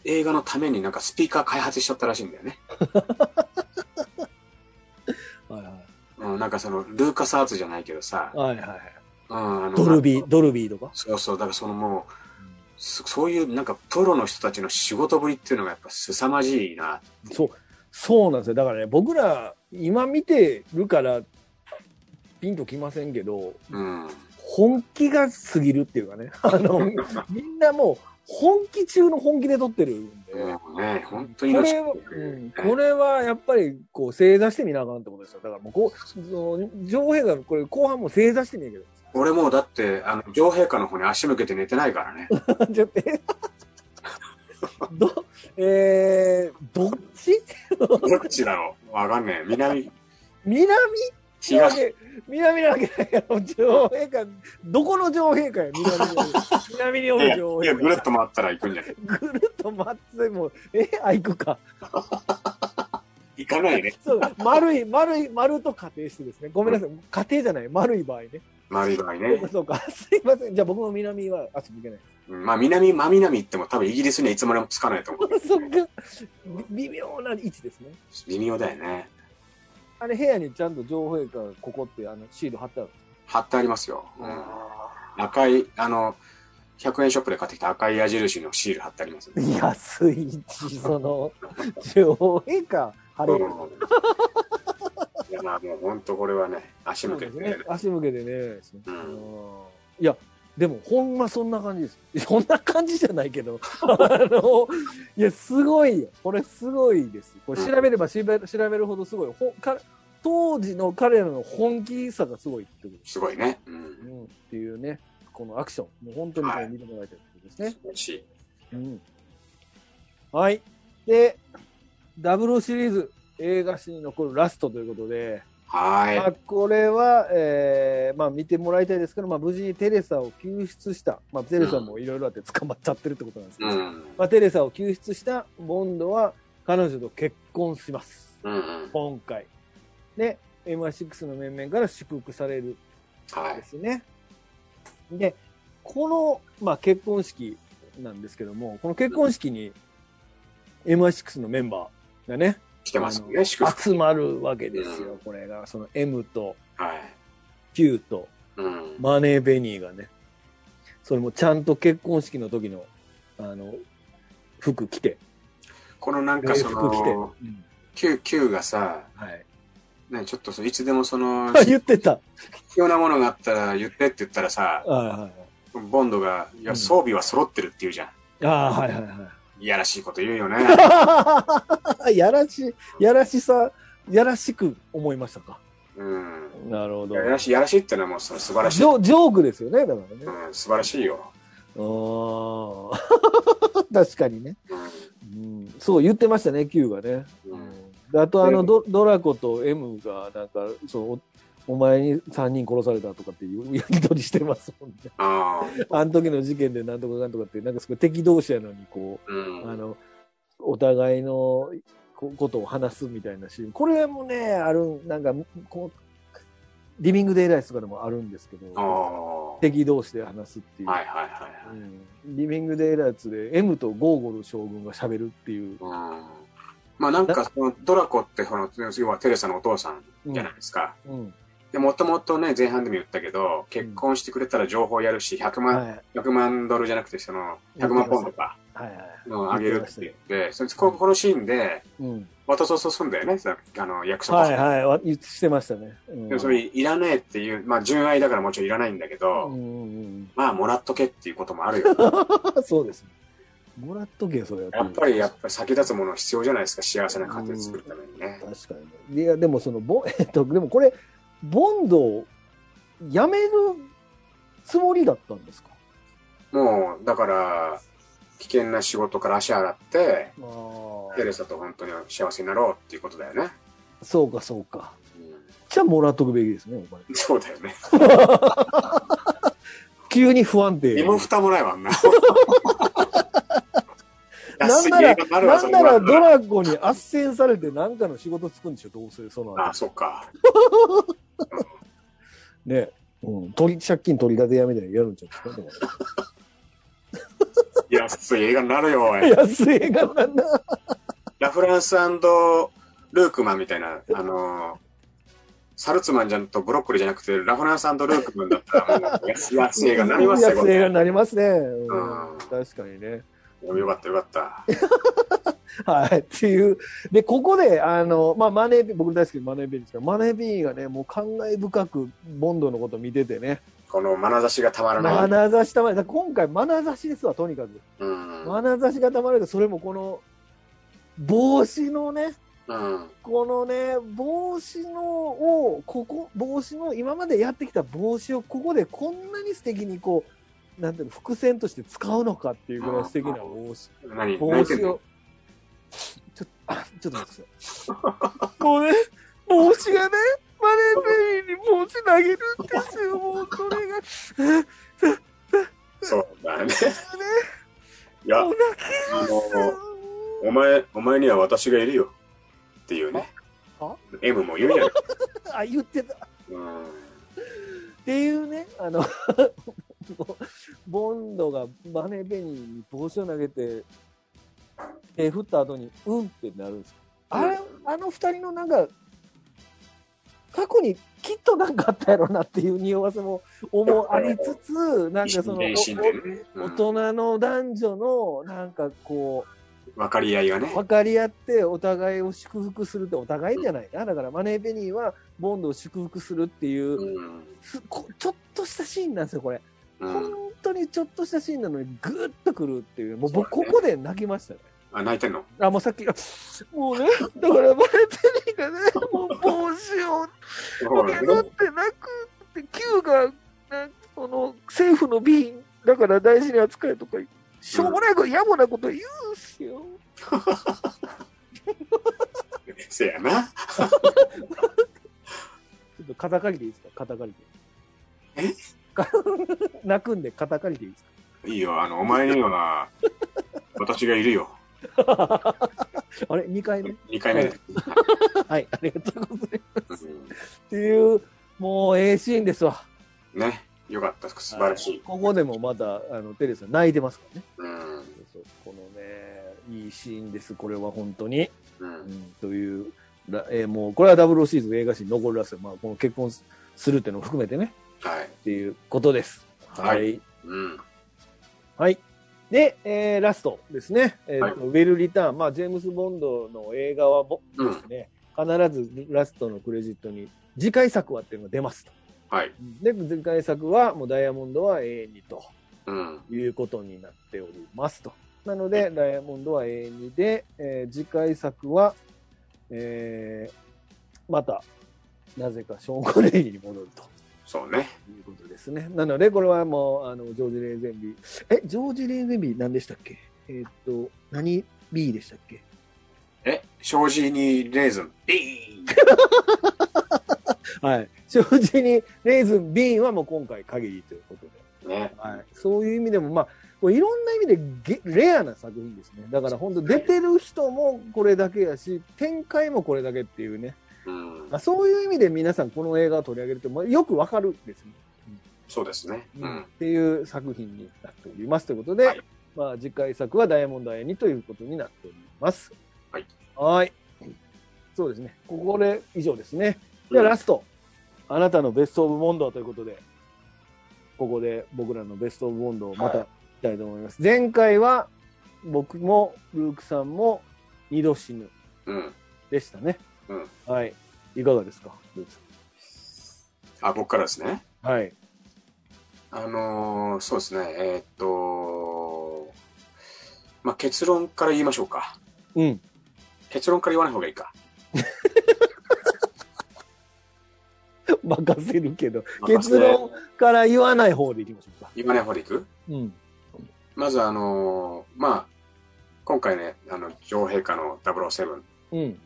S2: 映画のためになんかスピーカー開発しちゃったらしいんだよね。
S1: はいは
S2: うん、なんかその、ルーカスアーツじゃないけどさ
S1: い。、はいはい。
S2: うん、あの、
S1: ドルビー、ドルビーとか。
S2: そうそう、だからそのもう、そそういうなんかプロの人たちの仕事ぶりっていうのがやっぱ凄まじいな。
S1: そう、そうなんですよ。だからね、僕ら今見てるからピンときませんけど、
S2: うん。
S1: 本気が過ぎるっていうかね、 あの、みんなもう本気中の本気で撮ってるんで。
S2: もうね、本
S1: こ
S2: 当に命
S1: れは、うん、これはやっぱりこう正座してみなあかんってことですよ。だからもうこう、その上映がこれ後半も正座してみるけど。
S2: 俺もうだって、あの、女王陛下の方に足向けて寝てないか らね。
S1: ちょっとえど、えー、どっち
S2: どっちだろうわかんねえ。南、
S1: 南なわ
S2: 東、
S1: け南なわけないやろ、女王陛下。どこの女王陛下や、南におる。南にお
S2: いや
S1: る
S2: い
S1: 女王
S2: や、
S1: 陛
S2: ぐるっ
S1: 下。
S2: と回ったら行くんじゃない
S1: ぐるっと待っても、え、あ、行くか。
S2: 行かないね。
S1: そう、丸い、丸い、丸と仮定してですね。ごめんなさい。仮定じゃない。丸い場合ね。
S2: 丸い場合ね
S1: そう。か、そうか。すいません。じゃあ僕も南は足向けない。
S2: うんまあ、南、真南行っても多分イギリスにはいつまでもつかないと思 う。
S1: そっか。び微妙な位置ですね。
S2: 微妙だよね。
S1: あれ、部屋にちゃんと女王陛下がここってあのシール貼ってある。
S2: 貼ってありますよ。うん赤い、あの、100円ショップで買ってきた赤い矢印のシール貼ってあります、ね。
S1: 安い位置、その、女王陛下貼れる。
S2: いや、まあ、もう本当これはね、足
S1: そう
S2: 向
S1: で
S2: け
S1: す
S2: て、
S1: ね
S2: ね、
S1: 足向けてね、
S2: うん
S1: いやでもほんまそんな感じです そんな感じじゃないけどあのいやすごいよこれすごいですこれ調べれば調べ調べるほどすごいほか当時の彼らの本気さがすごいってことです
S2: ごいね。う。
S1: す、うんん、っていうねこのアクションもう本当にこれ見てもらいたいってことですね、
S2: 素晴らしい。
S1: うんはい。で、ダブルシリーズ、映画史に残るラストということで、ま
S2: は
S1: あ、これは、えーまあ、見てもらいたいですけど、まあ、無事にテレサを救出した、まあ、テレサもいろいろあって捕まっちゃってるってことなんです
S2: い。
S1: けど、
S2: うん。
S1: まあ、テレサを救出したボンドは彼女と結婚します
S2: うんうん。
S1: 今回で MI6 の面々から祝福される
S2: は
S1: で
S2: い。
S1: すねでこの、まあ、結婚式なんですけどもこの結婚式に MI6 のメンバーがね
S2: 来てます
S1: あの
S2: ね、祝福。
S1: 集まるわけですよこれがその M と
S2: はい。
S1: Q と
S2: うん。
S1: マネー・ベニーがね、それもちゃんと結婚式の時の、あの、服着て、
S2: このなん
S1: 礼
S2: かそ
S1: 服着て、
S2: の、Q、Q がさ、
S1: はい。
S2: ね、ちょっとそういつでも その、
S1: あ、言ってた。
S2: 必要なものがあったら言ってって言ったらさ、
S1: はいはいはい。
S2: ボンドが、いうや、
S1: ん
S2: 装備は揃ってるって言うじゃん。
S1: あーはいはい
S2: やらしいこと言うよ ね。
S1: いはい。 やらし、やらしさ、やらしく思いましたか。
S2: うん。
S1: なるほ
S2: い
S1: ど
S2: ややらしい、やらしいってのはもうその素晴らし
S1: ジ
S2: い。
S1: ョジョークですよね、だからね。
S2: うん、素晴らしいよ。
S1: あー 確かにね、
S2: う
S1: うん。そう言ってましたね、Q がね。
S2: ん。う
S1: うんんあとあのドドラコと M がなんかそうおお前に3人殺されたとかっていうやり取りしてますもん ね。
S2: ああ。
S1: あの時の事件でなんとかなんとかってなんかすごい敵同士やのにこ
S2: う
S1: う、
S2: ん。
S1: あのお互いのこことを話すみたいなシーンこれもねあるなんかこうリビングデイライスとかでもあるんですけ
S2: あ
S1: ど
S2: あ。はい
S1: 敵同士で話すっていう、
S2: はいはいは
S1: う
S2: い。
S1: んリビングデイライスで M とゴーゴル将軍が喋るっていう。
S2: うん。まあなんかそのドラコってその要はテレサのお父さん
S1: うん
S2: じゃないですか。
S1: うん
S2: でもともとね前半でも言ったけど結婚してくれたら情報やるし100
S1: はい
S2: 万、100万ドルじゃなくてその100万ポンドか
S1: はいはい。
S2: のあげるって言ってそいつここのシーンで
S1: うん
S2: 渡そうとすんだよねさあの役所
S1: はいはいわ、言ってしてましたね。うん
S2: でもそれいらねえっていう、まあ、純愛だからもちろんいらないんだけ
S1: う
S2: ど、
S1: んうんうん、
S2: まあ、もらっとけっていうこともあるよ。
S1: そうですね。もらっとけよ、それは。
S2: やっぱり、やっぱり先立つもの必要じゃないですか、幸せな家庭作るためにね。
S1: 確かにね。いや、でもその、ボン、 えっと、でもこれ、ボンドをやめるつもりだったんですか
S2: もう、だから、危険な仕事から足洗って、
S1: あ
S2: テレサと本当に幸せになろうっていうことだよね。
S1: そうか、そうか。
S2: うん
S1: じゃあ、もらっとくべきですね、お金。
S2: そうだよね。
S1: 急に不安定
S2: 身。も蓋もないわ、あんな。
S1: なん
S2: 安い
S1: な
S2: 映
S1: ら、
S2: 画になるわ、
S1: な
S2: そ
S1: んな
S2: れ
S1: ら
S2: は。
S1: ドラゴンに圧旋されて何かの仕事つくんでしょ、どうせ、その
S2: ああ、
S1: 後。
S2: そうか。
S1: ね。うん、取り借金取り立てやめたいなのやるんちゃうんですか
S2: 安い映画になるよ、おい
S1: でも 安い映画なんだ。
S2: ラフランスルークマンみたいな、あのーサルツマンじゃんとブロッコリーじゃなくて、ラフランスルークマンだったら もう安、安い映画になりますよ、こ
S1: 安い映画
S2: れ
S1: になりますね。
S2: う
S1: うんん、確かにね。
S2: よかった、よかった。
S1: はい。っていう。で、ここで、あの、まあ、マネービー、僕大好きなマネービーですけど、マネービーがね、もう感慨深く、ボンドのこと見ててね、
S2: この眼差しがたまらない。
S1: 眼差したまで、だから今回、眼差しですわ、とにかく。
S2: うん。うん。
S1: 眼差しがたまらないそれもこの、帽子のね、
S2: うん。
S1: このね、帽子のを、ここ、帽子の、今までやってきた帽子を、ここでこんなに素敵にこう、なんていうの、伏線として使うのかっていうぐらい素敵な帽子。
S2: 何
S1: 帽
S2: 何
S1: 子
S2: てんの
S1: を。ちょっと、あ、ちょっと待ってください。これ、帽子がね、マネーベリーに帽子投げるんですよ。もう、これが、
S2: そうだね。
S1: ね、
S2: いや
S1: もう、
S2: あ
S1: 泣けます
S2: の、。お前、お前には私がいるよ。っていうね
S1: は。
S2: M も言うやろ。
S1: あ、言ってた。っ
S2: うん。
S1: ていうね、あの、ボンドがマネーベリーに帽子を投げて、手振った後に、うんってなるんですよ。あれ、あの二人のなんか、過去にきっとなんかあったやろなっていう匂わせも思うありつつ、なんかその、
S2: 一心でね。
S1: お大
S2: うん
S1: 人の男女のなんかこ
S2: 分かり合いがね
S1: う、。分かり合ってお互いを祝福するってお互いじゃないな。だからマネーベニーはボンドを祝福するっていう、
S2: うん。
S1: すこちょっとしたシーンなんですよ、これ。
S2: うん
S1: 本。当にちょっとしたシーンなのにぐーっとくるっていう、もう僕
S2: そう
S1: こ
S2: だね
S1: こで泣きましたね。
S2: あ、泣いてんの
S1: あ、 もうさっき、もうね、だからマネーベニーがね、もう帽子を
S2: そうだね
S1: 戻ってなくって、Q が、なんその、政府の備品だから大事に扱えとか、しょうもないこと、やぼなこと言うんすよ。
S2: せやな。
S1: ちょっと肩借りでいいですか肩借り
S2: え
S1: で。え泣くんで肩借りでいいです
S2: いいよ、あの、お前には、 私がいるよ。
S1: か あれ ?2 回目
S2: 2回目です。
S1: はい、ありがとうございます。
S2: う
S1: っていう、もう、ええシーンですわ。
S2: んね、よかった、素晴らしい。
S1: ここでもまだ、あの、テレサ泣いてますからね。
S2: うん、
S1: そうこのね、いいシーンです。これは本当に。う
S2: う、
S1: んんという、らえーもうこれはダブルシーズン映画史に残るらしい、まあ、この結婚するっていうのも含めてね
S2: はい。
S1: っていうことです。
S2: はい
S1: はい、
S2: うん、
S1: はいで、えーラストですね、えーと
S2: はい
S1: ウェル・リターン、まあ、ジェームズ・ボンドの映画はぼ、
S2: うん
S1: ですね、必ずラストのクレジットに次回作はっていうのが出ますと。
S2: はい。
S1: で、次回作はもうダイヤモンドは永遠にと
S2: うん、
S1: いうことになっておりますと。なので、ダイヤモンドは永遠にで、えー次回作は、えーまた、なぜかショーン・コネリーに戻ると
S2: そうね。
S1: いうことですね。なので、これはもう、あの、ジョージ・レーゼンビー。え、ジョージ・レーゼンビー何でしたっけえーっと、何 B でしたっけ
S2: え、障子にレーズン、ビ
S1: はい。ジョージにレーズン B はもう今回限りということで。
S2: ーンね。
S1: はい、そういう意味でも、まあ、これいろんな意味でゲレアな作品ですね。だから本当出てる人もこれだけやし、展開もこれだけっていうね。
S2: うん
S1: まあ、、そういう意味で皆さんこの映画を取り上げると、まあ、よくわかるんですね、
S2: そうですね。う
S1: うん。っ
S2: ん、
S1: ていう作品になっておりますということで、
S2: はい
S1: まあ、次回作はダイヤモンド A にということになっております。
S2: はい。
S1: はい。そうですね。ここで以上ですね。じゃあラスト、あなたのベスト・オブ・ボンドということで、ここで僕らのベスト・オブ・ボンドをまた
S2: はい
S1: いきたいと思います。前回は僕もルークさんも二度死ぬ
S2: うん、
S1: でしたね。
S2: うん。
S1: はい。いかがですかルークさ
S2: あ、僕からですね。
S1: ん。はい。
S2: あのーそうですね、えーっと、まあ、あ、結論から言いましょうか。
S1: うん。
S2: 結論から言わない方がいいか。
S1: 任せるけど、
S2: 任せ
S1: 結論から言わない方でいきましょうか。
S2: 言わない方でいく
S1: うん。
S2: まずあのーまあ、今回ね、あの、女王陛下の007、
S1: うん。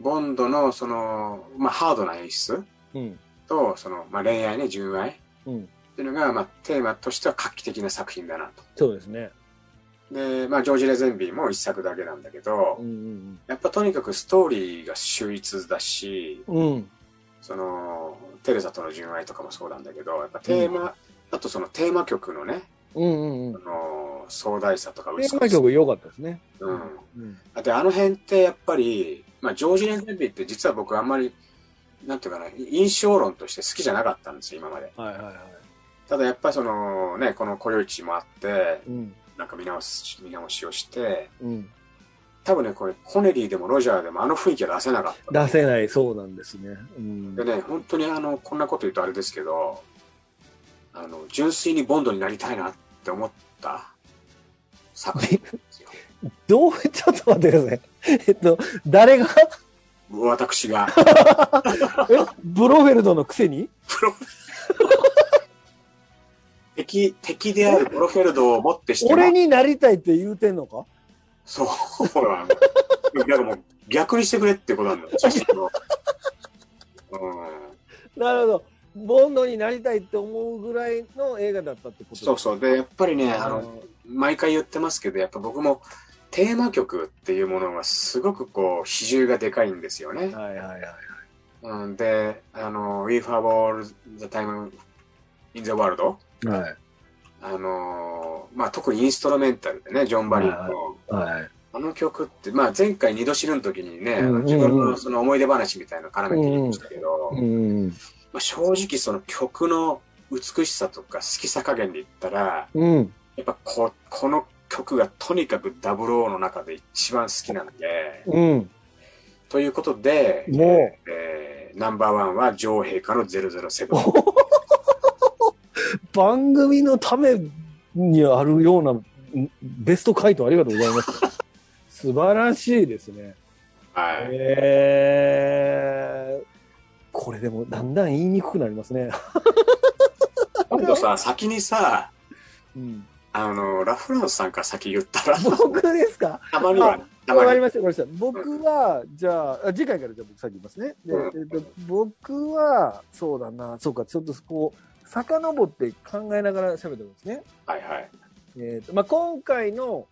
S2: ボンドのその、まあ、ハードな演出
S1: うん。
S2: と、その、まあ、恋愛ね、純愛っ
S1: うん。
S2: ていうのが、まあ、テーマとしては画期的な作品だなと。
S1: そうですね。
S2: で、まあ、ジョージ・レゼンビーも一作だけなんだけど、
S1: うん
S2: やっぱとにかくストーリーが秀逸だし、
S1: うんうん。うん。
S2: その、テレサとの純愛とかもそうなんだけど、やっぱテーマ、あとそのテーマ曲のね、
S1: うんうんうん
S2: あ。の壮大さとか
S1: テ
S2: 美
S1: ー
S2: しさ
S1: マ曲良かったですね。
S2: うん。
S1: うん。
S2: だってあの辺ってやっぱり、まあ、ジョージ・レゼンビーって実は僕あんまり、なんていうかな、印象論として好きじゃなかったんですよ、今まで。
S1: はいはいはい。
S2: ただやっぱりその、ね、この雇用市もあって、
S1: うん。
S2: なんか見直し、見直しをして、
S1: うん。
S2: 多分ね、これ、コネリーでもロジャーでもあの雰囲気は出せなかった。
S1: 出せない、そうなんですね。うん。
S2: でね、本当にあの、こんなこと言うとあれですけど、あの、純粋にボンドになりたいなって思った作品なんですよ。
S1: どう、ちょっと待ってください。えっと、誰が、
S2: 私が、
S1: え、ブロフェルドのくせに
S2: プロ、敵、敵であるプロフェルドをもってしても
S1: 俺になりたいって言うてんのか
S2: そう、ほら、なんかもう逆にしてくれってことなん だよ、写真を。うん。
S1: なるほど。ボンドになりたいって思うぐらいの映画だったってこと
S2: そうそう。で、やっぱりね、あ
S1: あ
S2: の、
S1: の、
S2: 毎回言ってますけど、やっぱ僕もテーマ曲っていうものがすごくこう、比重がでかいんですよね。
S1: はいはいはい。
S2: うん、で、あの、We Have All the Time in the World。
S1: はい。
S2: あの、まあ、特にインストルメンタルでね、ジョン・バリッの。
S1: はい。
S2: あの曲って、まあ、前回二度死ぬ時にね、あの
S1: うんうんうん
S2: 自分のその思い出話みたいなの絡めて言いましたけど、
S1: うん。
S2: まあ、正直その曲の美しさとか好きさ加減で言ったら、
S1: うん。
S2: やっぱここの曲がとにかくダブルオーの中で一番好きなんで、
S1: うん。
S2: ということで、
S1: もう、
S2: えーナンバーワンは女王陛下の007。
S1: 番組のためにあるようなうんベスト回答ありがとうございます。素晴らしいですね。
S2: はい。
S1: えー、これでもだんだん言いにくくなりますね。
S2: 今度さ、先にさ、
S1: うん、
S2: あの、ラフランスさんから先言った ら、
S1: 僕ですか
S2: たまには、た
S1: わ
S2: ま
S1: かり
S2: に。
S1: ました、わかりました。僕は、じゃあ、あ次回からじゃあ僕先言いますね。で、
S2: うん
S1: えっと、僕は、そうだな、そうか、ちょっとこう、遡って考えながら喋ってるんですね。
S2: はいはい。
S1: えーとまあ、今回の、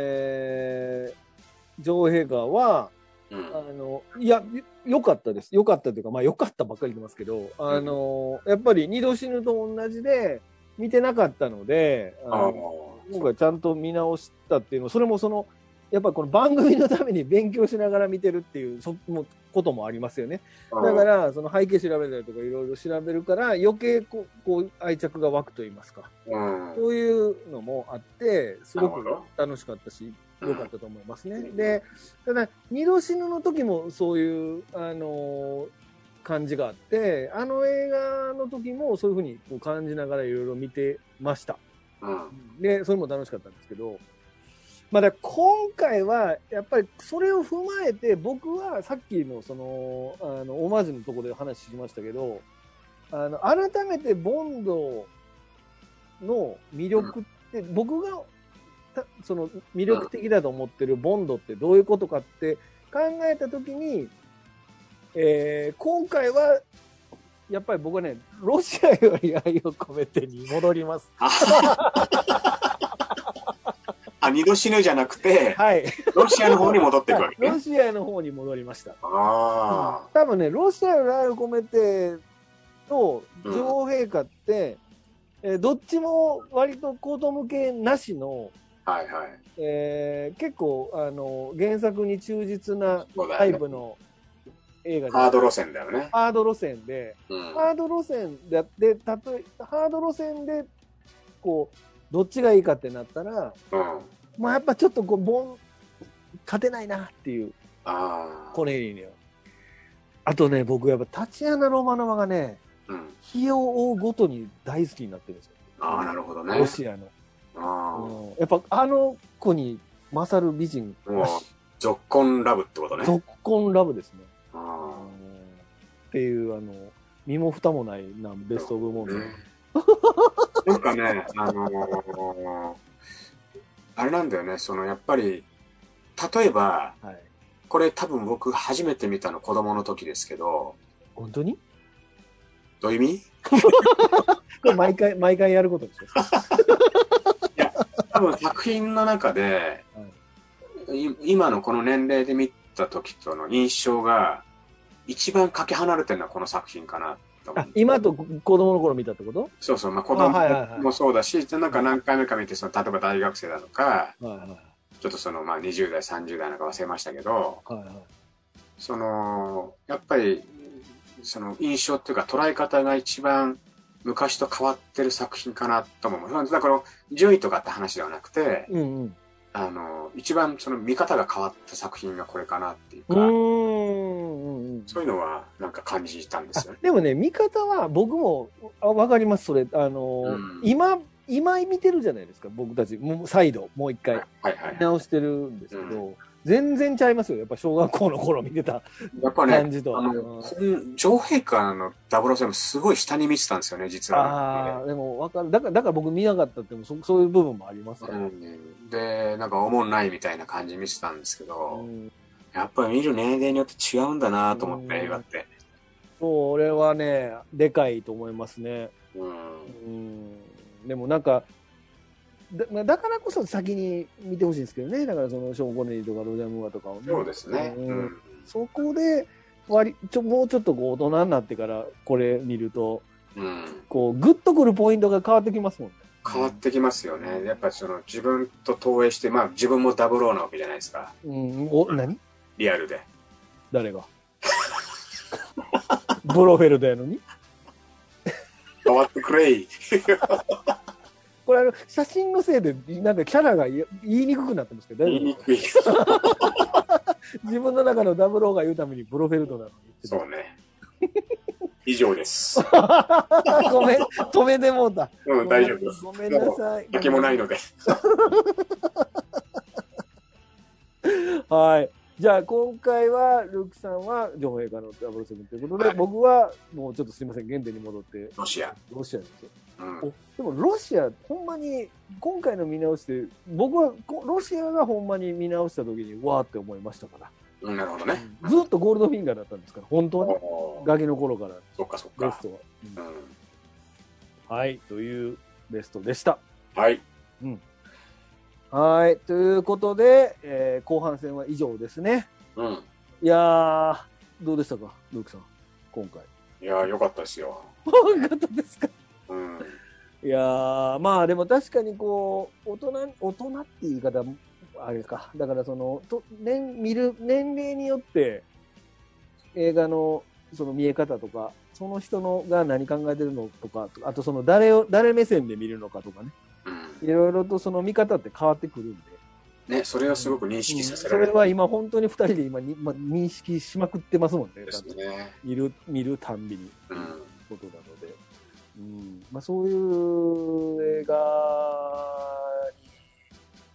S1: えー、女王陛下は、
S2: うん。
S1: あの、いや、よ良かったです。良かったというか、まあ良かったばっかり言ってますけど、あの、やっぱり二度死ぬと同じで、見てなかったので、あ
S2: ああ
S1: の今回ちゃんと見直したっていうの、それもその、やっぱりこの番組のために勉強しながら見てるっていうそもこともありますよね。だか
S2: うん
S1: ら、その背景調べたりとかいろいろ調べるから、余計こうこう愛着が湧くと言いますか。
S2: うん。
S1: そういうのもあって、すごく
S2: なるほ
S1: 楽しかったし、良かったと思いますね。で、ただ、二度死ぬの時もそういう、あのー感じがあって、あの映画の時もそういうふうにこう感じながらいろいろ見てました。
S2: うん。
S1: で、それも楽しかったんですけど、まあだから今回は、やっぱりそれを踏まえて、僕はさっきのその、あの、オマージュのところで話しましたけど、あの、改めてボンドの魅力って、僕が、たその魅力的だと思ってるボンドってどういうことかって考えたときに、えー今回は、やっぱり僕はね、ロシアより愛を込めてに戻ります。
S2: あ、二度死ぬじゃなくて、
S1: はい。
S2: ロシアの方に戻っていくわけ
S1: ロ
S2: ね。
S1: シアの方に戻りました。
S2: あ
S1: 多分ね、ロシアの愛を込めてと
S2: うん
S1: 女王陛下って、えーどっちも割とこと向けなしの、
S2: あ、はいはい。
S1: えー結構あの原作に忠実な
S2: そうだ
S1: タイ
S2: よね
S1: プの映画で
S2: ハード路線だよね。
S1: ハード路線で、
S2: うん。
S1: ハード路線で、でたとえハード路線で、こう、どっちがいいかってなったら、
S2: うん。
S1: まあやっぱちょっとこう、ボン、勝てないなっていう
S2: ああ。
S1: コネリーニョ。あとね、僕やっぱタチアナ・ロマノワがね、
S2: うん。
S1: 日を追うごとに大好きになってるんですよ。
S2: ああ、なるほどね
S1: ロ。シアの。
S2: あ
S1: うんやっぱあの子に勝る美人、
S2: もう、ぞっこんラブってことね。
S1: 続婚ラブですね。あ
S2: あ
S1: のっていう、あの、身も蓋もないなベスト・オブ・モ
S2: ー
S1: ーニン
S2: ね
S1: グ。
S2: なんかね、あのーあれなんだよね、そのやっぱり、例えば、
S1: はい。
S2: これ多分僕初めて見たの子供の時ですけど、
S1: 本当に
S2: どういう意味
S1: これ毎回、毎回やることでしょ。
S2: 多分作品の中で、い今のこの年齢で見た時との印象が一番かけ離れてるのはこの作品かなと思う
S1: あ今と子供の頃見たってこと
S2: そうそう、まあ、子
S1: あはいはいは
S2: 供
S1: い
S2: もそうだし、なんか何回目か見てその例えば大学生だとか
S1: はいはい。
S2: ちょっとそのまあ20代30代なんか忘れましたけど
S1: はいはい。
S2: そのやっぱりその印象っていうか捉え方が一番昔と変わってる作品かなとも思うだから順位とかって話ではなくて、
S1: うんうん。
S2: あの、一番その見方が変わった作品がこれかなっていう
S1: う
S2: か、
S1: ーんうんうん。
S2: そういうのはなんか感じたんですよね。
S1: でもね、見方は僕もあわかります、それ。あの、
S2: うん
S1: 今、今見てるじゃないですか、僕たち。もう再度、もう一
S2: はい
S1: 回
S2: はいはい。
S1: 直してるんですけど、全然ちゃいますよ。やっぱ小学校の頃見てた
S2: やっぱ
S1: 感
S2: ね、
S1: じ
S2: あ
S1: と。
S2: の、こん女王陛下の007すごい下に見てたんですよね、実
S1: あ
S2: は。
S1: あ、でもわかる。だから、だから僕見なかったってもそ、そういう部分もありますか
S2: う
S1: ら。
S2: ん、で、なんかおもんないみたいな感じ見てたんですけ
S1: う
S2: ど、
S1: ん
S2: やっぱり見る年齢によって違うんだなと思っ
S1: うん
S2: て、映画って。
S1: それはね、でかいと思いますね。
S2: う。
S1: うんん。でもなんか、だまあだからこそ先に見てほしいんですけどね。だからそのショーン・コネリーとかロジャー・ムーアとかをね。
S2: そうですね。
S1: う
S2: うんん。
S1: そこで、割りちょもうちょっとこう大人になってからこれ見ると、
S2: うん。
S1: こう、グッとくるポイントが変わってきますもんね。
S2: 変わってきますよね。やっぱその自分と投影して、まあ自分もダブローなわけじゃないですか。
S1: うん。お、何
S2: リアルで。
S1: 誰 がブロフェルドやのに
S2: 変わってくれい。
S1: これあの、写真のせいで、なんかキャラが言い言いにくくなってますけど、大
S2: 言
S1: 丈
S2: い
S1: 夫
S2: にくい。
S1: 自分の中のダブルオーが言うためにブロフェルドなのに
S2: そうね。以上です。
S1: ごめん、止めてもうた。
S2: うん、大丈夫です。
S1: ごめんなさい。
S2: 酒もないので。
S1: はい。じゃあ、今回は、ルークさんは、女王陛下のダブルセブンということで、僕は、もうちょっとすいません、原点に戻って、
S2: ロシア。
S1: ロシアですよ。
S2: うん。
S1: おでも、ロシア、ほんまに、今回の見直して、僕は、こロシアがほんまに見直した時に、わーって思いましたか
S2: うんなるほど
S1: ら
S2: ね。。
S1: ずっとゴールドフィンガーだったんですから、本当はね。
S2: おー
S1: ガキの頃から、
S2: そっかそっ
S1: ベ
S2: か
S1: ス。トは。
S2: う
S1: うん
S2: ん。
S1: はい、というベストでした。
S2: はい。
S1: はい。ということで、えー後半戦は以上ですね。
S2: うん。
S1: いやー、どうでしたか、ルークさん、今 回。
S2: いやー、よかったですよ。
S1: よかったですか。
S2: うん。
S1: いやー、まあでも確かにこう、大人、大人って言い方、あれか。だからその、と年、見る、年齢によって、映画の、その見え方とか、その人のが何考えてるのとか、あとその誰を、誰目線で見るのかとかね。
S2: うん
S1: いろいろとその見方って変わってくるんで。
S2: ね、それはすごく認識させ
S1: そ
S2: ら
S1: れ
S2: れる。
S1: は今本当に2人で今に、ま、認識しまくってますもんね
S2: ですね。
S1: 見る見るたんびに
S2: うん。
S1: ことなので、うんまあ、そういう映画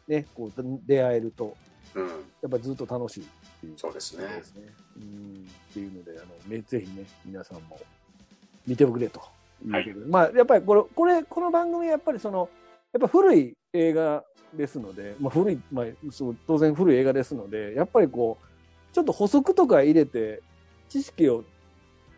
S1: に、ね、こう出会えると
S2: うん。
S1: やっぱずっと楽しいっていう
S2: そうですね。
S1: ですね、うん、っていうのであのめぜひね皆さんも見ておくれということで、まあやっぱりこれこれこの番組はやっぱりそのやっぱ古い映画ですので、まあ、古い、まあ、そう当然古い映画ですのでやっぱりこうちょっと補足とか入れて知識を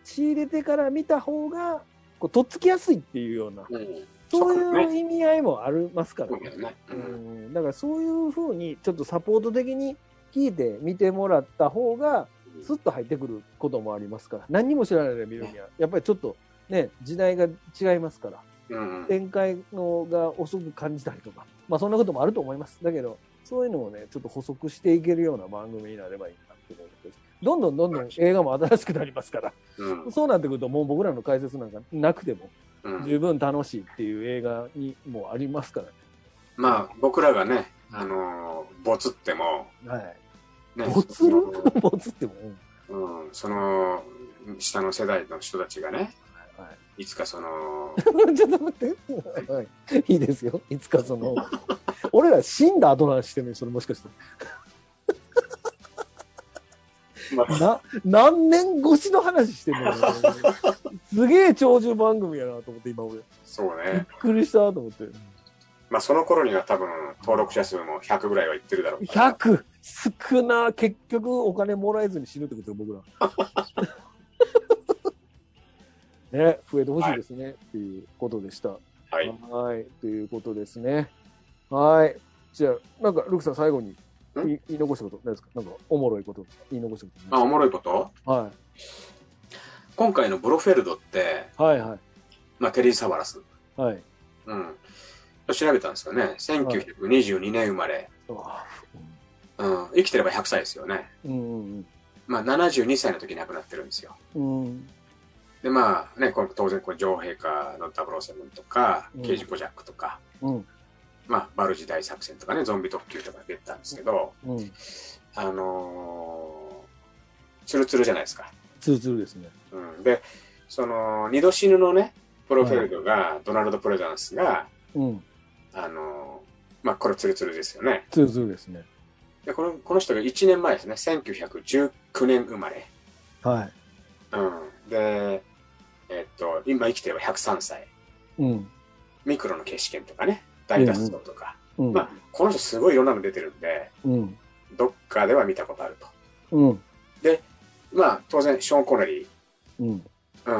S1: 仕入れてから見た方がこうとっつきやすいっていうような
S2: うん。
S1: そう
S2: そうだ
S1: い
S2: ね
S1: う意味合いもありますから
S2: そう
S1: ね
S2: だよね。う。
S1: うんんだからそういうふうにちょっとサポート的に聞いて見てもらった方がスッと入ってくることもありますから何にも知らないで見るにはやっぱりちょっとね時代が違いますから
S2: うん。
S1: 展開のが遅く感じたりとかまあそんなこともあると思いますだけどそういうのをねちょっと補足していけるような番組になればいいなって思うんですどんどんどんどん映画も新しくなりますから
S2: うん。
S1: そうなってくるともう僕らの解説なんかなくても
S2: うん。
S1: 十分楽しいっていう映画にもありますから
S2: まあ、僕らがね、あのー、ボツっても、
S1: ねはい。
S2: ね。
S1: ボツる
S2: その
S1: ボツ っても、うん
S2: うん、その下の世代の人たちがね
S1: はい
S2: つかその
S1: ちょっと待って。はいいいですよ。いつかその、俺ら死んだ後の話してるのに、それもしかして。
S2: まあ
S1: な、何年越しの話してんのよすげえ長寿番組やなと思って、今俺。び
S2: そう
S1: っ
S2: ね。
S1: くりしたと思って。
S2: まあ、その頃には多分、登録者数も100ぐらいはいってるだろうから。
S1: 100! 少な、結局お金もら えずに死ぬってことよ、僕ら。ね、増えてほしいですね、っていうことでした。
S2: はい。
S1: はい、ということですね。はい。じゃあ、なんか、ルクさん最後に
S2: ん
S1: い言い残したことないですかなんか、おもろいこと、言い残したこと
S2: あ、おもろいこと
S1: は
S2: 今回のブロフェルドって、
S1: い。はいは
S2: まあ、テリー・サバラス。
S1: い。はい。
S2: うん。調べたんですよね。1922年生まれ。
S1: あ
S2: うん。生きてれば100歳ですよね。
S1: うん。うん
S2: まあ、72歳の時に亡くなってるんですよ。
S1: うん。うん。
S2: で、まあ、ね、この当然、こう、女王陛下の007とか
S1: うん、
S2: ケージ・ボジャックとか、
S1: うん。
S2: まあ、バルジ大作戦とかね、ゾンビ特急とか出てたんですけど、
S1: うん。
S2: あのー、ツルツルじゃないですか。
S1: ツルツルですね。
S2: うん、で、その、二度死ぬのね、プロフェルドが、ドナルド・プレザンスが、
S1: うん。
S2: あのーまあ、これツルツルですよね。
S1: ツルツルですね。
S2: で、この、この人が1年前ですね、1919年生まれ。
S1: は
S2: うん。で、えっと、今生きてれば103歳。
S1: い。うん。
S2: ミクロの景色とかね、大脱走とか。
S1: うん。
S2: まあ、この人すごいいろんなの出てるんで、
S1: うん。
S2: どっかでは見たことあると。
S1: うん。
S2: まあ、当然、ショーン・コネリー。
S1: うん。
S2: う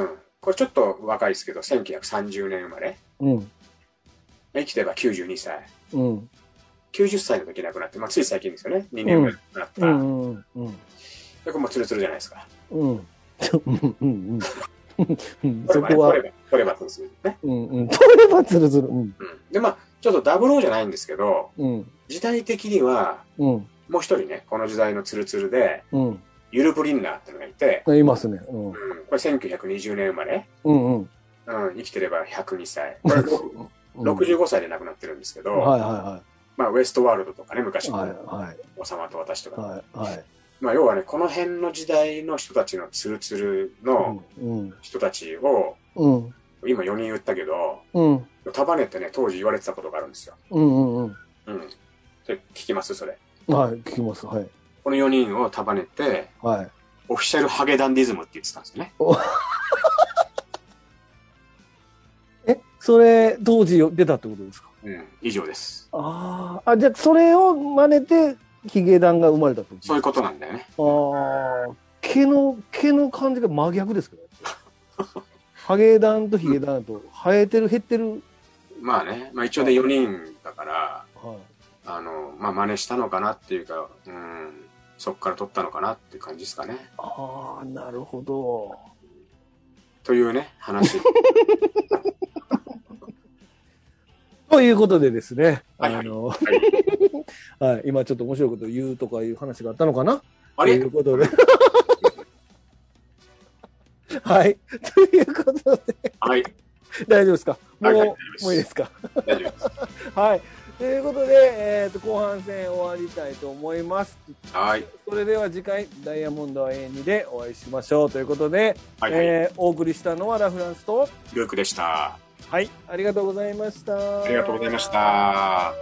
S2: ん。これちょっと若いですけど、1930年生まれ。
S1: うん。
S2: 生きてれば92歳。
S1: うん。
S2: 90歳の時亡くなって、まあ、つい最近ですよね。2年ぐらい亡くなっ
S1: う
S2: た。
S1: ん。うん。うん。
S2: で、これもツルツルじゃないですか。
S1: うん。うん。うん。 うん。
S2: 取
S1: そ
S2: れば
S1: こ
S2: ね、取
S1: は
S2: れ、ば、取ればツルツルね。
S1: うん。うん。取ればツルツル。うん。
S2: うん。で、まあ、ちょっとダブルじゃないんですけど、
S1: うん。
S2: 時代的には、
S1: うん。
S2: もう一人ね、この時代のツルツルで、
S1: うん。
S2: ユル・ブリンナーっていうのがいて、
S1: いますね。う
S2: うんん。、これ1920年生まれ、
S1: うん うん。
S2: うん、生きてれば102歳。これ
S1: うん
S2: 65歳で亡くなってるんですけど、
S1: はいは
S2: まあ、ウエストワールドとかね、昔
S1: いはい。はい
S2: の
S1: はい
S2: 王様と私とか、
S1: はいはい。
S2: まあ、要はね、この辺の時代の人たちのツルツルの
S1: うん
S2: 人たちを、
S1: うん
S2: 今4人言ったけど、
S1: うん
S2: 束ねてね、当時言われてたことがあるんですよ。
S1: うんうん
S2: うん。で、聞きますそれ。
S1: うん。はい、聞きます。はい。
S2: この4人を束ねて、
S1: はい。
S2: オフィシャルハゲダンディズムって言ってたんですよね。
S1: え、それ、当時出たってことですか
S2: うん。以上です。
S1: ああ、あ、じゃあそれを真似て、ヒゲダンが生まれたってこと
S2: そういうことなんだよね。
S1: ああ、毛の、毛の感じが真逆です けどね。ハゲダンとヒゲダンと、生えてる、減ってる。
S2: まあね、まあ一応で4人だから、
S1: は
S2: あの、まあ真似したのかなっていうか、うん、そっから撮ったのかなっていう感じですかね。
S1: い。ああ、なるほど。
S2: というね、話。
S1: ということでですね、
S2: はいはい
S1: あの、はい 今ちょっと面白いこと言うとかいう話があったのかな
S2: あ
S1: とい
S2: れ
S1: うことで。 はい。ということで、
S2: はい、
S1: 大丈夫ですかもう、
S2: はいはい
S1: もういいですか
S2: 大丈夫です。
S1: はい。ということで、えー、と後半戦終わりたいと思います。
S2: はい、
S1: それでは次回、ダイヤモンドは永遠にでお会いしましょうということで、
S2: はい、はい、
S1: えーお送りしたのはラ・フランスと、
S2: ルークでした。
S1: はい、ありがとうございました。
S2: ありがとうございました。